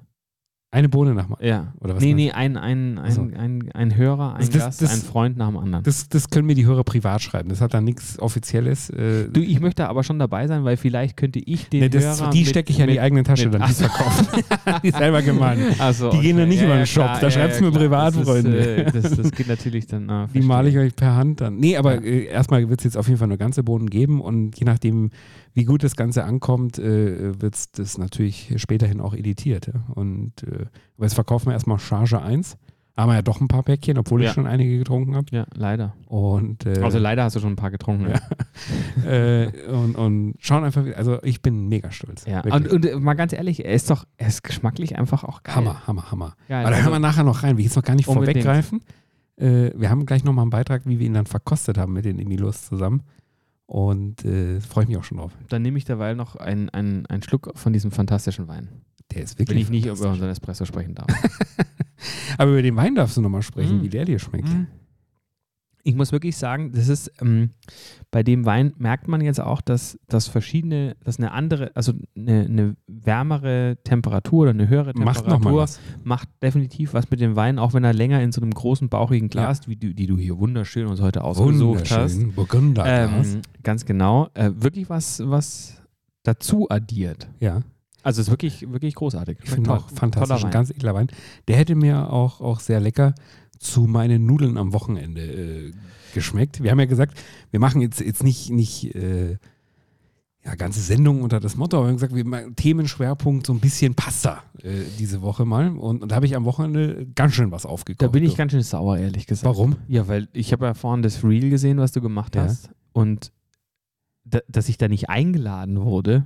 eine Bohne nochmal. Ja. Oder was nee, meinst nee, ein, ein, ein, so. ein, ein Hörer, ein Also das- Gast, das- ein Freund nach dem anderen. Das, das können mir die Hörer privat schreiben. Das hat dann nichts Offizielles. Äh, du, ich möchte aber schon dabei sein, weil vielleicht könnte ich den nee, das, Hörer die mit- stecke ich ja in die mit- eigene Tasche, mit- dann die ist verkauft. die ist selber gemahlen. Also, Die gehen dann nicht über den Shop, da schreibt's mir privat, das ist, Freunde. Äh, das, das geht natürlich dann. ah, Die verstehe. male ich euch per Hand dann. Nee, aber äh, erstmal wird es jetzt auf jeden Fall nur ganze Bohnen geben und je nachdem, wie gut das Ganze ankommt, äh, wird es das natürlich späterhin auch editiert. Ja? Und äh, aber jetzt verkaufen wir erstmal Charge 1. Haben wir ja doch ein paar Päckchen, obwohl ich Ja. schon einige getrunken habe. Ja, leider. Und, äh, Also leider hast du schon ein paar getrunken. Ja. äh, und, und schauen einfach, wie- also ich bin mega stolz. Ja. Wirklich. Und, und äh, mal ganz ehrlich, er ist doch, er ist geschmacklich einfach auch geil. Hammer, Hammer, Hammer. Geil. Also, Aber da hören wir nachher noch rein. Wir jetzt noch gar nicht Unbedingt. vorweggreifen. Äh, wir haben gleich nochmal einen Beitrag, wie wir ihn dann verkostet haben mit den Emilos zusammen. Und äh, freue ich mich auch schon drauf. Dann nehme ich derweil noch einen, einen, einen Schluck von diesem fantastischen Wein. Der ist Wenn wirklich. ich nicht über unseren Espresso sprechen darf. Aber über den Wein darfst du nochmal sprechen, Mm. wie der dir schmeckt. Mm. ich muss wirklich sagen, das ist ähm, bei dem Wein merkt man jetzt auch, dass das verschiedene, dass eine andere, also eine, eine wärmere Temperatur oder eine höhere Macht Temperatur noch mal was. macht definitiv was mit dem Wein, auch wenn er länger in so einem großen bauchigen Glas, wie du, die du hier wunderschön uns heute ausgesucht hast, Wunderschön. Burgunder. ähm, ganz genau, äh, wirklich was, was dazu addiert. ja. Also es ist wirklich, wirklich großartig. Ich finde Toll- auch fantastisch, toller ein Wein. ganz edler Wein. Der hätte mir auch, auch sehr lecker zu meinen Nudeln am Wochenende äh, geschmeckt. Wir haben ja gesagt, wir machen jetzt, jetzt nicht, nicht äh, ja, ganze Sendungen unter das Motto, aber wir haben gesagt, wir machen Themenschwerpunkt so ein bisschen Pasta äh, diese Woche mal. Und, und da habe ich am Wochenende ganz schön was aufgekocht. Da bin ich ganz schön sauer, ehrlich gesagt. Warum? Ja, weil ich habe ja vorhin das Reel gesehen, was du gemacht Ja. hast. Und da, dass ich da nicht eingeladen wurde,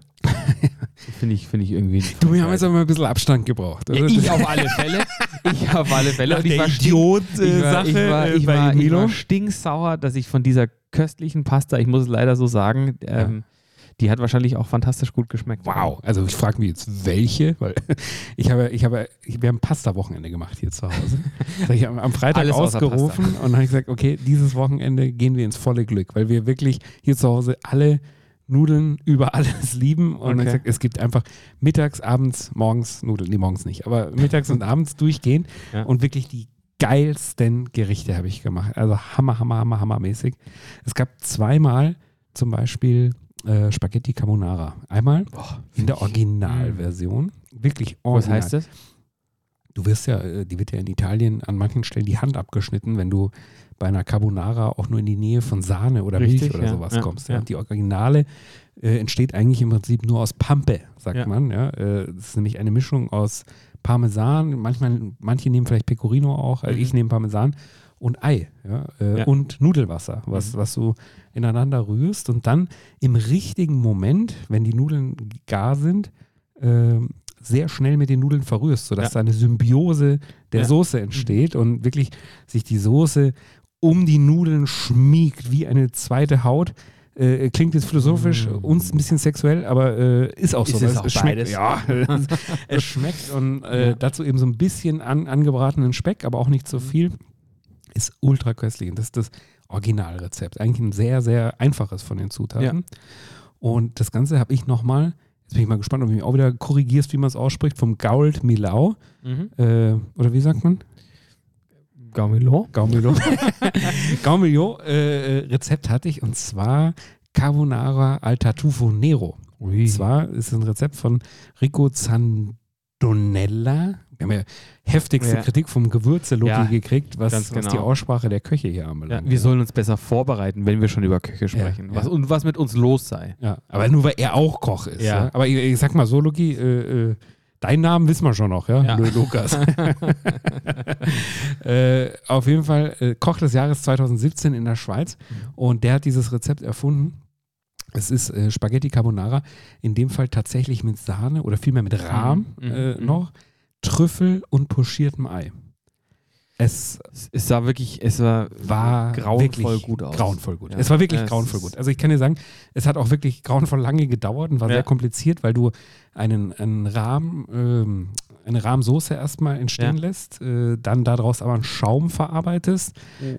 finde ich, finde ich irgendwie. Du, wir haben jetzt aber mal ein bisschen Abstand gebraucht. ja, Also, ich auf alle Fälle. Ich auf alle Fälle. Und ich war stink- ich war, ich war, Idiot-Sache ich war, ich war stinksauer, dass ich von dieser köstlichen Pasta, ich muss es leider so sagen, ähm, die hat wahrscheinlich auch fantastisch gut geschmeckt. Wow, also ich frage mich jetzt, welche, weil ich habe, ich habe, ich, wir haben Pasta-Wochenende gemacht hier zu Hause. Das habe ich am, am Freitag Alles außer ausgerufen und dann habe ich gesagt, okay, dieses Wochenende gehen wir ins volle Glück, weil wir wirklich hier zu Hause alle Nudeln über alles lieben. Und dann habe Okay. ich gesagt, es gibt einfach mittags, abends, morgens Nudeln, nee, morgens nicht, aber mittags und abends durchgehend Ja. und wirklich die geilsten Gerichte habe ich gemacht. Also hammer, hammer, hammer, hammermäßig. Es gab zweimal zum Beispiel äh, Spaghetti Carbonara. Einmal in der Originalversion. Wirklich Mhm. Was original. heißt das? Du wirst ja, äh, die wird ja in Italien an manchen Stellen die Hand abgeschnitten, wenn du bei einer Carbonara auch nur in die Nähe von Sahne oder Richtig, Milch oder ja, sowas ja, kommst. Ja. ja. Die Originale äh, entsteht eigentlich im Prinzip nur aus Pampe, sagt Ja. man. Ja? Äh, das ist nämlich eine Mischung aus Parmesan, manchmal, manche nehmen vielleicht Pecorino auch, also Mhm. ich nehme Parmesan und Ei ja? Äh, Ja. Mhm. und Nudelwasser, was, was du ineinander rührst und dann im richtigen Moment, wenn die Nudeln gar sind, ähm, sehr schnell mit den Nudeln verrührst, sodass Ja. da eine Symbiose der Ja. Soße entsteht und wirklich sich die Soße um die Nudeln schmiegt wie eine zweite Haut. Äh, klingt jetzt philosophisch, uns ein bisschen sexuell, aber äh, ist auch so. Mm. Ist es weil auch schmeckt, beides? ja, es, es schmeckt und äh, dazu eben so ein bisschen an, angebratenen Speck, aber auch nicht Mm. so viel. Ist ultra köstlich. Und das ist das Originalrezept. Eigentlich ein sehr, sehr einfaches von den Zutaten. Und das Ganze habe ich nochmal, jetzt bin ich mal gespannt, ob du mich auch wieder korrigierst, wie man es ausspricht, vom Gault Milau. Mhm. Äh, oder wie sagt man? Gamilon? Gaumilo. Gaumilo äh, äh, Rezept hatte ich und zwar Carbonara al Tartufo Nero. Und zwar ist es ein Rezept von Rico Zandonella. Wir haben ja heftigste Ja. Kritik vom Gewürze-Loki Ja, gekriegt, was, ganz was genau. die Aussprache der Köche hier Ja, anbelangt. ne? wir sollen uns besser vorbereiten, wenn wir schon über Küche sprechen. ja. Was, und was mit uns los sei. Ja, aber nur weil er auch Koch ist. Ja. Ja. Aber ich, ich sag mal so, Luki, äh, äh, deinen Namen wissen wir schon noch, ja? Ja. Lu- Lukas. äh, auf jeden Fall äh, Koch des Jahres 2017 in der Schweiz Mhm. und der hat dieses Rezept erfunden. Es ist äh, Spaghetti Carbonara, in dem Fall tatsächlich mit Sahne oder vielmehr mit Rahm Mhm. äh, Mhm. noch, Trüffel und pochiertem Ei. Es Es, es sah wirklich, es war, war grauenvoll wirklich gut aus. Grauenvoll gut. Ja. Es war wirklich Es grauenvoll ist- gut. Also ich kann dir sagen, es hat auch wirklich grauenvoll lange gedauert und war Ja. sehr kompliziert, weil du einen, einen Rahmen, ähm, eine Rahmsoße erstmal entstehen Ja. lässt, äh, dann daraus aber einen Schaum verarbeitest,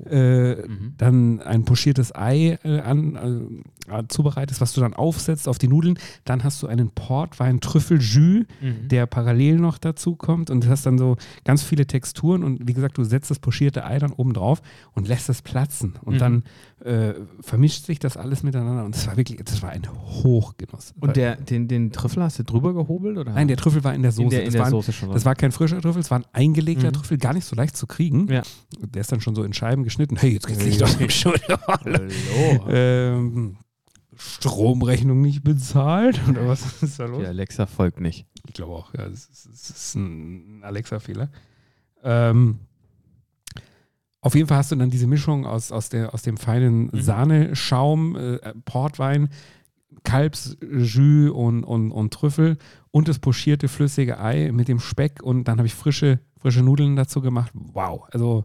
äh, Mhm. dann ein pochiertes Ei äh, an, äh, zubereitest, was du dann aufsetzt auf die Nudeln, dann hast du einen Portwein Trüffeljus, Mhm. der parallel noch dazu kommt und du hast dann so ganz viele Texturen und wie gesagt, du setzt das pochierte Ei dann oben drauf und lässt es platzen und Mhm. dann äh, vermischt sich das alles miteinander und es war wirklich, das war ein Hochgenuss. Und der, den, den Trüffel hast du drüber gehobelt? Oder? Nein, der Trüffel war in der Soße. in der, in das, der war ein, Soße schon das war kein frischer Trüffel, es war ein eingelegter Mhm. Trüffel, gar nicht so leicht zu kriegen. Ja. Der ist dann schon so in Scheiben geschnitten. Hey, jetzt geht's nicht aus dem Schulter. Hallo. ähm, Stromrechnung nicht bezahlt oder was ist da los? Die Alexa folgt nicht. Ich glaube auch, ja, es ist, es ist ein Alexa-Fehler. Ähm, auf jeden Fall hast du dann diese Mischung aus, aus, der, aus dem feinen Sahneschaum, äh, Portwein, Kalbsjus und, und, und Trüffel und das pochierte flüssige Ei mit dem Speck und dann habe ich frische, frische Nudeln dazu gemacht. Wow, also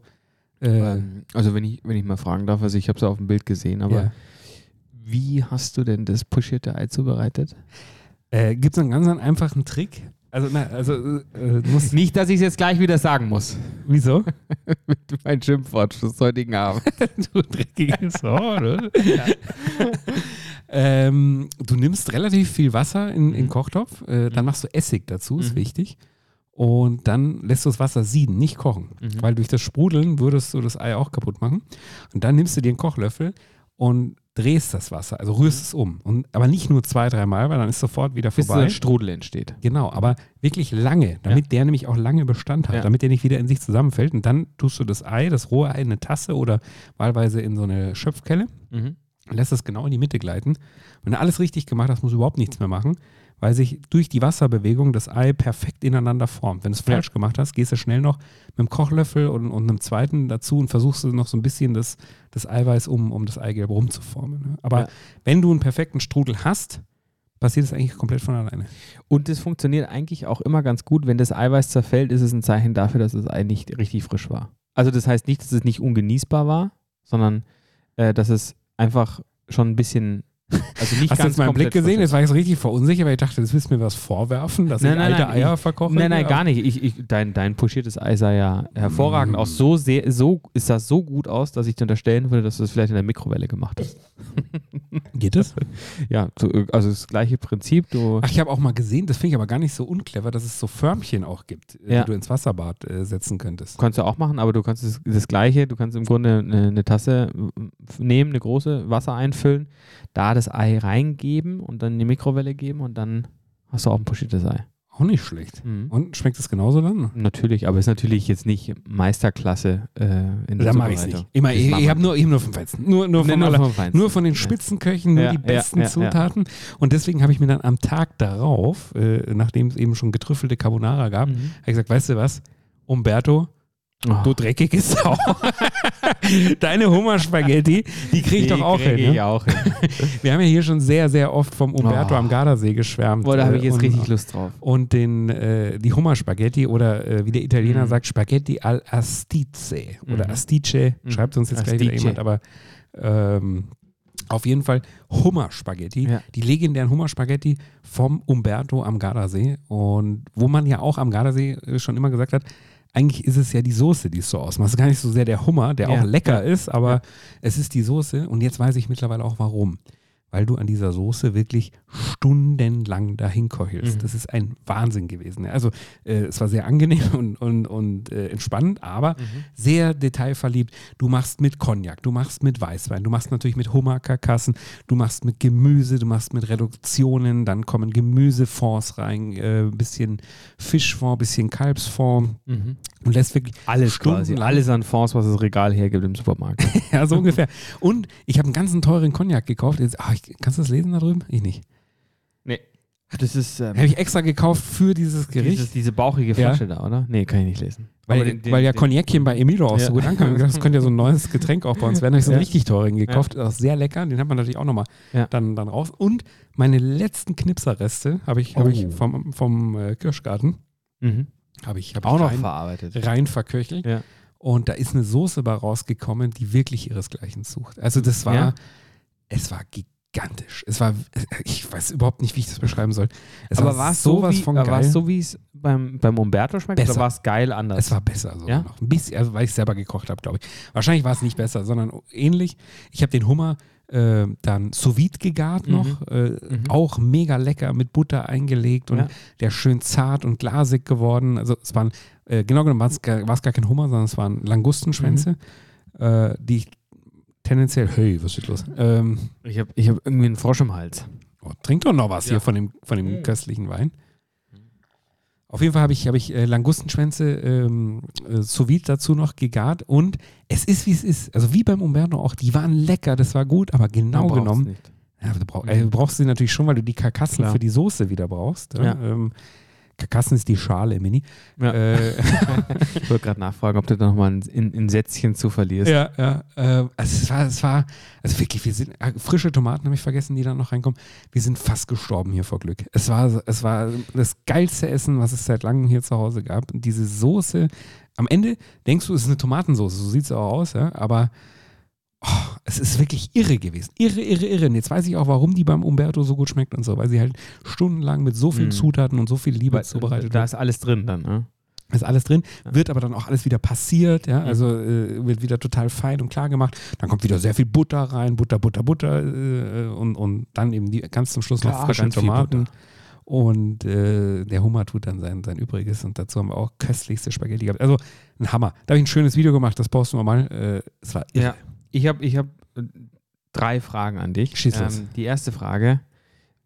äh, Ähm, also wenn ich, wenn ich mal fragen darf, also ich habe es auf dem Bild gesehen, aber ja. wie hast du denn das pochierte Ei zubereitet? Äh, gibt es einen ganz einfachen Trick. Also, nein, also, äh, muss, Nicht, dass ich es jetzt gleich wieder sagen muss. wieso? mein Schimpfwort fürs heutigen Abend. du dreckiges Horn, oder? ähm, du nimmst relativ viel Wasser in den Kochtopf, äh, dann machst du Essig dazu, ist wichtig. Und dann lässt du das Wasser sieden, nicht kochen. Weil durch das Sprudeln würdest du das Ei auch kaputt machen. Und dann nimmst du dir einen Kochlöffel und drehst das Wasser, also rührst es um. Und, aber nicht nur zwei, dreimal, weil dann ist sofort wieder Bis so vorbei. ein Strudel entsteht. Genau, aber wirklich lange, damit der nämlich auch lange Bestand hat, Ja. damit der nicht wieder in sich zusammenfällt. Und dann tust du das Ei, das rohe Ei in eine Tasse oder wahlweise in so eine Schöpfkelle Mhm. und lässt das genau in die Mitte gleiten. Wenn du alles richtig gemacht hast, musst du überhaupt nichts mehr machen, weil sich durch die Wasserbewegung das Ei perfekt ineinander formt. Wenn du es falsch gemacht hast, gehst du schnell noch mit einem Kochlöffel und, und einem zweiten dazu und versuchst du noch so ein bisschen das, das Eiweiß, um, um das Eigelb rumzuformen. Ne? Aber Ja. wenn du einen perfekten Strudel hast, passiert es eigentlich komplett von alleine. Und es funktioniert eigentlich auch immer ganz gut. Wenn das Eiweiß zerfällt, ist es ein Zeichen dafür, dass das Ei nicht richtig frisch war. Also das heißt nicht, dass es nicht ungenießbar war, sondern äh, dass es einfach schon ein bisschen, also nicht Hast du ganz jetzt meinen Blick komplett frisch gesehen? ist. Jetzt war ich so richtig verunsichert, weil ich dachte, das willst du mir was vorwerfen, dass Nein, ich nein, alte nein, Eier ich- verkoche. Nein, nein, gar nicht. Ich, ich, dein, dein pochiertes Ei sah ja hervorragend Mm. aus. So sehr, so es sah so gut aus, dass ich dir unterstellen würde, dass du es vielleicht in der Mikrowelle gemacht hast. Geht das? Ja, so, äh, also das gleiche Prinzip. Du, Ach, ich habe auch mal gesehen, das finde ich aber gar nicht so unclever, dass es so Förmchen auch gibt, äh, Ja. die du ins Wasserbad äh, setzen könntest. Kannst du auch machen, aber du kannst das, das Gleiche, du kannst im Grunde eine, eine Tasse äh, f- nehmen, eine große, Wasser einfüllen, da das Ei reingeben und dann in die Mikrowelle geben und dann hast du auch ein pochiertes Ei. Auch nicht schlecht. Mhm. Und schmeckt es genauso dann? Natürlich, aber ist natürlich jetzt nicht Meisterklasse äh, in der Dann mache ich es nicht. Immer, ich ich habe nur, ich hab nur vom Feinsten. Nur, nur, vom nur aller- vom Feinsten. nur von den Spitzenköchen, nur Ja, die ja, besten ja, ja. Zutaten. Und deswegen habe ich mir dann am Tag darauf, äh, nachdem es eben schon getrüffelte Carbonara gab, Mhm. habe ich gesagt, weißt du was, Umberto, Du dreckige Sau. Deine Hummerspaghetti, die kriege ich doch auch hin. Ich Ne? auch hin. Wir haben ja hier schon sehr, sehr oft vom Umberto Oh. am Gardasee geschwärmt. Boah, da habe ich äh, jetzt und, richtig Lust drauf. Und den, äh, die Hummerspaghetti oder äh, wie der Italiener Mhm. sagt, Spaghetti al Astice oder Astice, schreibt uns jetzt gleich wieder Mhm. Astice. jemand, aber ähm, auf jeden Fall Hummerspaghetti, Ja. die legendären Hummerspaghetti vom Umberto am Gardasee. Und wo man ja auch am Gardasee äh, schon immer gesagt hat, eigentlich ist es ja die Soße, die es so ausmacht. Es ist gar nicht so sehr der Hummer, der Ja. auch lecker ist, aber es ist die Soße. Und jetzt weiß ich mittlerweile auch warum. Weil du an dieser Soße wirklich stundenlang dahin Mhm. keuchelst. Das ist ein Wahnsinn gewesen. Also äh, es war sehr angenehm und, und, und äh, entspannend, aber Mhm. sehr detailverliebt. Du machst mit Cognac, du machst mit Weißwein, du machst natürlich mit Hummerkarkassen, du machst mit Gemüse, du machst mit Reduktionen, dann kommen Gemüsefonds rein, äh, bisschen Fischfond, bisschen Kalbsfond Mhm. und lässt wirklich Alles quasi, stundenlang alles an Fonds, was das Regal hergibt im Supermarkt. ja, so ungefähr. Und ich habe einen ganzen teuren Cognac gekauft. Jetzt, ah, ich, kannst du das lesen da drüben? Ich nicht. nee. Das ist ähm, Habe ich extra gekauft für dieses Gericht. dieses, diese bauchige Ja. Flasche da, oder? Nee, kann ich nicht lesen. weil, Aber den- den- weil ja den- Cognacchen bei Emilio auch Ja. so gut ankam. Ich hab gedacht, Das könnte ja so ein neues Getränk auch bei uns werden. Da habe ich so einen Ja. richtig teuren gekauft. Auch sehr lecker. Den hat man natürlich auch nochmal Ja. dann, dann raus. Und meine letzten Knipserreste habe ich, hab Oh. ich vom, vom äh, Kirschgarten Mhm. habe ich, hab Auch ich noch rein, verarbeitet. rein verköchelt. Ja. Und da ist eine Soße bei rausgekommen, die wirklich ihresgleichen sucht. Also das war, Ja. es war gigantisch. Es war, ich weiß überhaupt nicht, wie ich das beschreiben soll. Es aber war es so, sowas wie, von aber war geil. es so, wie es beim, beim Umberto schmeckt? Besser. Oder war es geil anders? es war besser sogar Ja? noch. Ein bisschen, also weil ich selber gekocht habe, glaube ich. Wahrscheinlich war es nicht besser, sondern ähnlich. Ich habe den Hummer äh, dann sous vide Mhm. gegart noch. Äh, Auch mega lecker mit Butter eingelegt und Ja. der ist schön zart und glasig geworden. Also es waren, äh, genau genommen war es gar, war's gar kein Hummer, sondern es waren Langustenschwänze, Mhm. äh, die ich tendenziell, hey, was ist los? Ähm, ich habe ich hab irgendwie einen Frosch im Hals. Oh, trink doch noch was Ja. Mm. hier von dem, von dem köstlichen Wein. Auf jeden Fall habe ich, hab ich äh, Langustenschwänze ähm, äh, sous vide dazu noch gegart und es ist, wie es ist. Also wie beim Umberto auch, die waren lecker, das war gut, aber genau Man braucht's genommen, nicht. Mhm. ja, du, brauch, äh, du brauchst sie natürlich schon, weil du die Karkassen Klar. für die Soße wieder brauchst. Ja? Ja. Ähm, Karkassen ist die Schale, Mini. Ja. Äh, Ich wollte gerade nachfragen, ob du da nochmal ein, ein, ein Sätzchen zu verlierst. Ja, ja. Äh, also es war, es war, also wirklich, wir sind, ah, frische Tomaten habe ich vergessen, die da noch reinkommen. Wir sind fast gestorben hier vor Glück. Es war, es war das geilste Essen, was es seit langem hier zu Hause gab. Und diese Soße, am Ende denkst du, es ist eine Tomatensoße, so sieht es auch aus, ja, aber oh, Es ist wirklich irre gewesen. Irre, irre, irre. Und jetzt weiß ich auch, warum die beim Umberto so gut schmeckt und so, weil sie halt stundenlang mit so vielen Zutaten und so viel Liebe zubereitet Da ist alles drin dann, ne? ist alles drin, wird aber dann auch alles wieder passiert, ja, also äh, wird wieder total fein und klar gemacht. Dann kommt wieder sehr viel Butter rein, Butter, Butter, Butter äh, und, und dann eben die, ganz zum Schluss noch Klar, frische ganz viel Tomaten. Butter. Und äh, der Hummer tut dann sein, sein Übriges und dazu haben wir auch köstlichste Spaghetti gehabt. Also ein Hammer. Da habe ich ein schönes Video gemacht, das posten wir mal. Äh, es war Ja. Ich habe ich hab äh, drei Fragen an dich. Ähm, Schieß los. die erste Frage.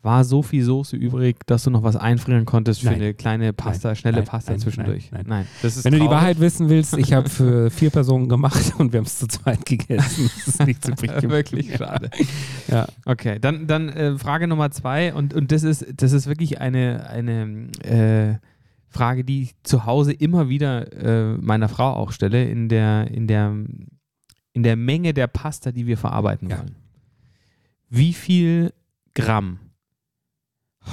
War so viel Soße übrig, dass du noch was einfrieren konntest für Nein. eine kleine Pasta, schnelle Nein. Pasta Nein. zwischendurch? Nein. Das ist Wenn du die traurig. Wahrheit wissen willst, ich habe für vier Personen gemacht und wir haben es zu zweit gegessen. Das ist nichts übrig geblieben. Wirklich schade. Ja. Okay, dann, dann äh, Frage Nummer zwei und, und das, ist, das ist wirklich eine, eine äh, Frage, die ich zu Hause immer wieder äh, meiner Frau auch stelle, in der, in, der, in der Menge der Pasta, die wir verarbeiten Ja. wollen. Wie viel Gramm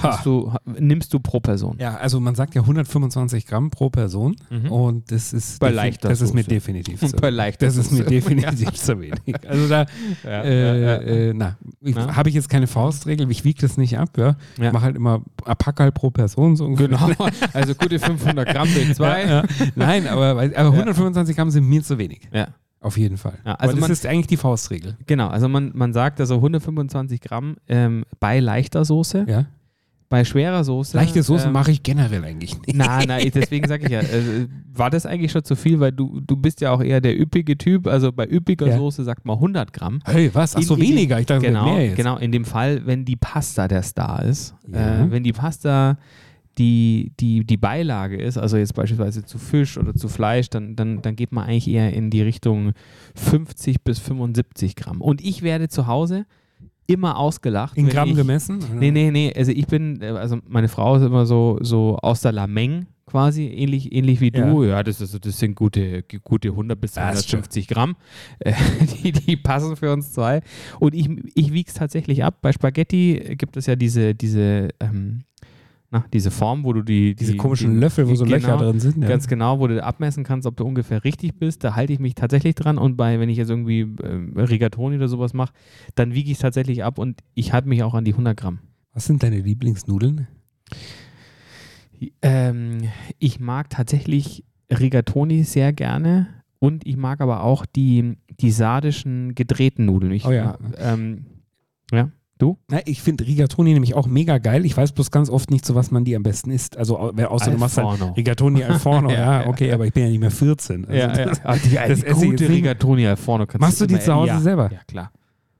Ha. hast du, ha- nimmst du pro Person? Ja, also man sagt ja 125 Gramm pro Person Mhm. und das ist Bei defi- leichter das ist mir Soße. definitiv zu Per Like, das ist mir so. definitiv zu wenig. Also da Ja, äh, ja, ja. äh, na, ich, Ja. habe ich jetzt keine Faustregel, ich wiege das nicht ab, ja. Ja. Mache halt immer ein Pack halt pro Person so ungefähr. Genau, also gute 500 Gramm durch zwei. Ja, ja. Nein, aber, weil- aber 125 Gramm sind mir zu wenig. ja. Auf jeden Fall. Ja, also Weil das man- ist eigentlich die Faustregel. Genau, also man, man sagt also 125 Gramm ähm, bei leichter Soße, Ja? bei schwerer Soße. Leichte Soßen ähm, mache ich generell eigentlich nicht. Na, na, ich- deswegen sage ich ja, äh, war das eigentlich schon zu viel, weil du, du bist ja auch eher der üppige Typ, also bei üppiger Ja. Soße sagt man 100 Gramm. Hey, was? Ach so, In- in- weniger. Ich dachte, es wird Genau, mehr jetzt. genau, in dem Fall, wenn die Pasta der Star ist, Ja. äh, wenn die Pasta die, die, die Beilage ist, also jetzt beispielsweise zu Fisch oder zu Fleisch, dann, dann, dann geht man eigentlich eher in die Richtung 50 bis 75 Gramm. Und ich werde zu Hause immer ausgelacht. In wenn Gramm ich, gemessen? Nee, nee, nee. Also ich bin, äh, also meine Frau ist immer so, so aus der Lameng quasi, ähnlich, ähnlich wie du. Ja, das, ist, das sind gute, g- gute 100 bis Das ist schön. 150 Gramm. Äh, die, die passen für uns zwei. Und ich, ich wiege es tatsächlich ab. Bei Spaghetti äh, gibt es ja diese, diese, ähm, na, diese Form, wo du die, Diese die, komischen die, Löffel, wo so Löcher genau, drin sind. Ja. Ganz genau, wo du abmessen kannst, ob du ungefähr richtig bist. Da halte ich mich tatsächlich dran. Und bei, wenn ich jetzt irgendwie ähm, Rigatoni oder sowas mache, dann wiege ich es tatsächlich ab und ich halte mich auch an die 100 Gramm. Was sind deine Lieblingsnudeln? Ähm, ich mag tatsächlich Rigatoni sehr gerne und ich mag aber auch die, die sardischen gedrehten Nudeln. Ich, Oh ja. Ähm, Na, ich finde Rigatoni nämlich auch mega geil. Ich au- weiß bloß ganz oft nicht, zu was man die am besten isst. Also au- wer- außer du machst halt Alforno. Rigatoni al forno. Ja, ja, okay, aber ich bin ja nicht mehr 14. Also das- Ah, die, das die esse ich gute jetzt nicht. Rigatoni al forno. kannst Machst du die immer- zu Hause ja. selber? Ja, klar.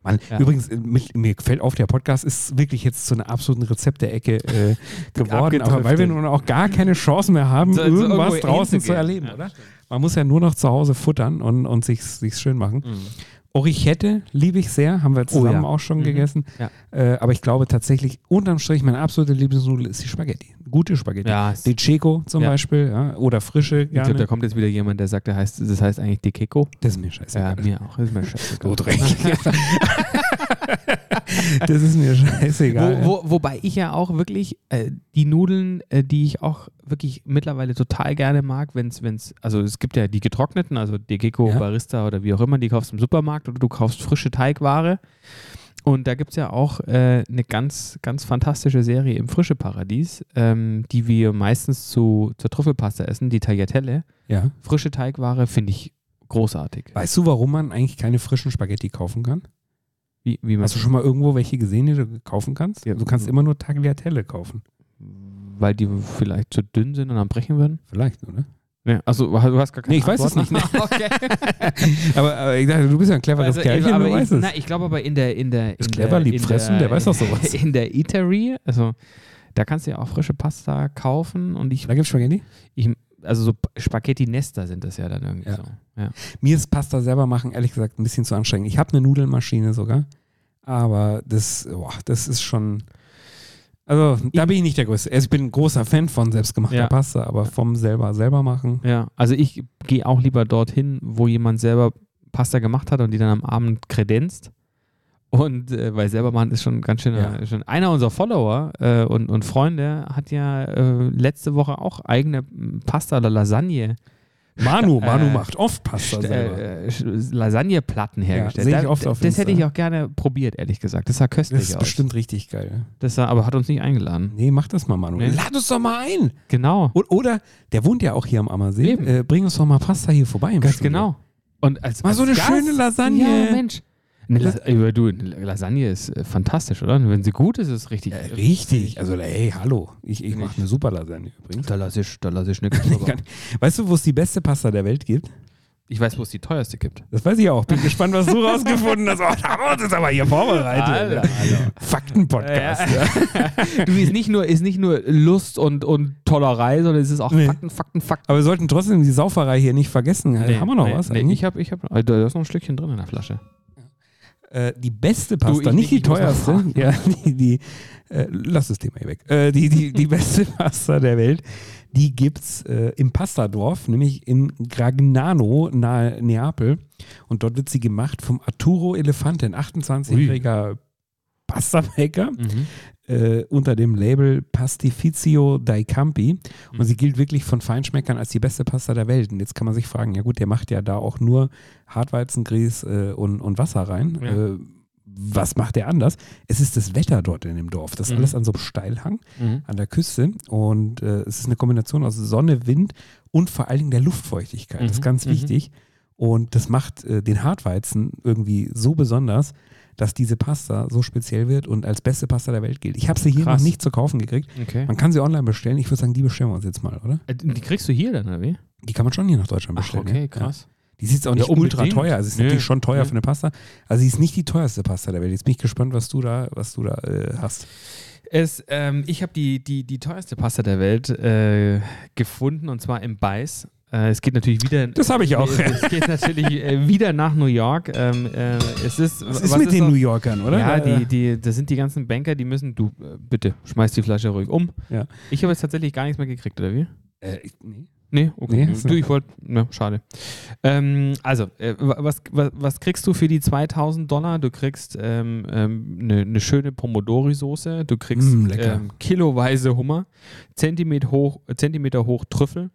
Mann, Ja. übrigens, äh, mit, mir fällt auf, der Podcast ist wirklich jetzt zu einer absoluten Rezepte-Ecke äh, geworden, aber weil wir Abgedriftet. nun auch gar keine Chance mehr haben, So- so irgendwas irgendwo draußen zu hinzugehen. erleben, Ja, oder? Man muss ja nur noch zu Hause futtern und, und sich's, sich's schön machen. Orichette liebe ich sehr, haben wir zusammen Mhm. Oh ja. Mhm. auch schon gegessen. Ja. Äh, aber ich glaube tatsächlich, unterm Strich, meine absolute Lieblingsnudel ist die Spaghetti. Gute Spaghetti. Ja, die Checo zum Ja. Beispiel ja, oder frische. Ich glaube, da Gerne. kommt jetzt wieder jemand, der sagt, der heißt, das heißt eigentlich die Keko. Das ist mir scheißegal. mir auch. Ist mir scheißegal. So dreckig. das ist mir scheißegal. Wo, wo, wobei ich ja auch wirklich äh, die Nudeln, äh, die ich auch wirklich mittlerweile total gerne mag, wenn es, wenn's, also es gibt ja die getrockneten, also Degeko, Ja. Barista oder wie auch immer, die kaufst du im Supermarkt oder du kaufst frische Teigware. Und da gibt es ja auch äh, eine ganz, ganz fantastische Serie im Frische Paradies, ähm, die wir meistens zu, zur Trüffelpasta essen, die Tagliatelle. Ja. Frische Teigware finde ich großartig. Weißt du, warum man eigentlich keine frischen Spaghetti kaufen kann? Wie, wie man, Hast du schon mal irgendwo welche gesehen, die du kaufen kannst? Ja. Du kannst immer nur Tagliatelle kaufen. weil die vielleicht zu dünn sind und dann brechen würden? Vielleicht, oder? Ja, also du hast gar keine Nee, ich weiß es Antwort? nicht. okay. Aber, aber ich dachte, du bist ja ein cleveres Also, Kerlchen, aber du ich, weißt es. Na, ich glaube aber in der in der Ist in clever, lieb in fressen, der weiß doch sowas. In der Eatery, also da kannst du ja auch frische Pasta kaufen und ich, Da gibt es Spaghetti? ich also so Spaghetti Nesta sind das ja dann irgendwie Ja. so. Ja. Mir ist Pasta selber machen, ehrlich gesagt, ein bisschen zu anstrengend. Ich habe eine Nudelmaschine sogar, aber das, boah, das ist schon. Also, da bin ich nicht der Größte. Also, ich bin ein großer Fan von selbstgemachter Ja. Pasta, aber vom selber selber machen. ja, also ich gehe auch lieber dorthin, wo jemand selber Pasta gemacht hat und die dann am Abend kredenzt. Und äh, weil selber machen ist schon ganz schön, äh, Ja. schon einer unserer Follower äh, und, und Freunde hat ja äh, letzte Woche auch eigene m, Pasta oder hm, Lasagne Manu, Manu macht oft Pasta selber. äh, Sch- Lasagneplatten hergestellt. sehe ich Da- oft d- auf das hätte Insta. ich auch gerne probiert, ehrlich gesagt. Das sah köstlich das ist aus. bestimmt richtig geil. Das sah, aber hat uns nicht eingeladen. Nee, mach das mal, Manu. Nee. Lad uns doch mal ein. Genau. O- oder, der wohnt ja auch hier am Ammersee. Äh, bring uns doch mal Pasta hier vorbei. im Ganz Studio. genau. Und als, Mal als so eine Gast- schöne Lasagne. Ja, Mensch. Eine Las äh, du, eine Lasagne ist äh, fantastisch, oder? Wenn sie gut ist, ist es richtig. Richtig. Also, ey, hallo. Ich, ich mache eine super Lasagne übrigens. Da lasse ich, da lass ich nichts drüber. Weißt du, wo es die beste Pasta der Welt gibt? Ich weiß, wo es die teuerste gibt. Das weiß ich auch. Bin gespannt, was du rausgefunden hast. Oh, da haben wir uns jetzt aber hier vorbereitet. Faktenpodcast. Du, ist nicht nur, ist nicht nur Lust und, und Tollerei, sondern es ist auch Nee. Fakten, Fakten, Fakten. Aber wir sollten trotzdem die Sauferei hier nicht vergessen. Also, Nee, Äh, haben wir noch nee, was nee, eigentlich? Ich hab, ich hab, äh, da ist noch ein Stückchen drin in der Flasche. äh, die beste Pasta, ich- nicht die ich muss noch teuerste. fragen. Ja, die, die, äh, lass das Thema hier weg. Äh, die, die, die beste Pasta der Welt, die gibt's äh, im Pastadorf, nämlich in Gragnano nahe Neapel. Und dort wird sie gemacht vom Arturo Elefante, ein 28-jähriger Pasta-Maker Mhm. äh, unter dem Label Pastifizio dai Campi. Und sie gilt wirklich von Feinschmeckern als die beste Pasta der Welt. Und jetzt kann man sich fragen, ja gut, der macht ja da auch nur Hartweizengrieß äh, und, und Wasser rein. Ja. Äh, was macht der anders? Es ist das Wetter dort in dem Dorf. Das ist Mhm. alles an so einem Steilhang Mhm. an der Küste. Und äh, es ist eine Kombination aus Sonne, Wind und vor allen Dingen der Luftfeuchtigkeit. Das ist Mhm, ganz mhm. wichtig. Und das macht äh, den Hartweizen irgendwie so besonders, dass diese Pasta so speziell wird und als beste Pasta der Welt gilt. Ich habe sie hier Krass. noch nicht zu kaufen gekriegt. Okay. Man kann sie online bestellen. Ich würde sagen, die bestellen wir uns jetzt mal, oder? Äh, Die kriegst du hier dann, oder wie? Die kann man schon hier nach Deutschland Ach, bestellen. okay, ne? ja. krass. Ja. Die ist jetzt auch Ja, nicht ultra unbedingt. teuer. Also es ist Nö. natürlich schon teuer Ja. für eine Pasta. Also sie ist nicht die teuerste Pasta der Welt. Jetzt bin ich gespannt, was du da, was du da äh, hast. Es, ähm, ich habe die, die, die teuerste Pasta der Welt äh, gefunden und zwar im Beiß. Äh, es geht natürlich wieder. Das habe ich auch. Es, es geht natürlich äh, wieder nach New York. Ähm, äh, es ist, Was ist mit den noch- New Yorkern, oder? Ja, Da- die, die, das sind die ganzen Banker, die müssen. Du, äh, bitte, schmeiß die Flasche ruhig um. Ja. Ich habe jetzt tatsächlich gar nichts mehr gekriegt, oder wie? Äh, ich- nee. Nee, okay. Nee, hast du- du, ich wollte. Ne, schade. Ähm, also, äh, wa- was, was, was kriegst du für die 2000 Dollar? Du kriegst eine ähm, ähm, ne ne schöne Pomodori-Soße, du kriegst Mm, lecker. ähm, kiloweise Hummer, Zentimeter hoch, Zentimeter hoch Trüffel.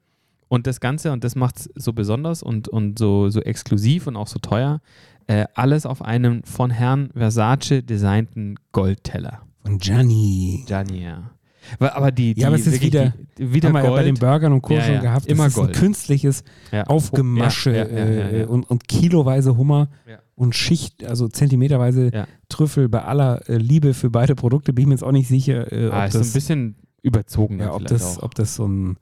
Und das Ganze, und das macht es so besonders und, und so, so exklusiv und auch so teuer, äh, alles auf einem von Herrn Versace designten Goldteller. Von Gianni. Gianni, ja. Wa- Aber die, die Ja, aber es ist wirklich wieder- die, wieder haben wir ja bei Gold. den Burgern und Co. Ja, schon ja. gehabt. Immer das ist ein Gold. künstliches ja. oh, Aufgemasche Ja, ja, ja, ja, äh, ja. Und, und kiloweise Hummer Ja. und Schicht, also zentimeterweise Ja. Trüffel. Bei aller äh, Liebe für beide Produkte bin ich mir jetzt auch nicht sicher, äh, ob, Ah, ist so ein das, bisschen überzogen. ja, ob, vielleicht das, auch. ob das so ein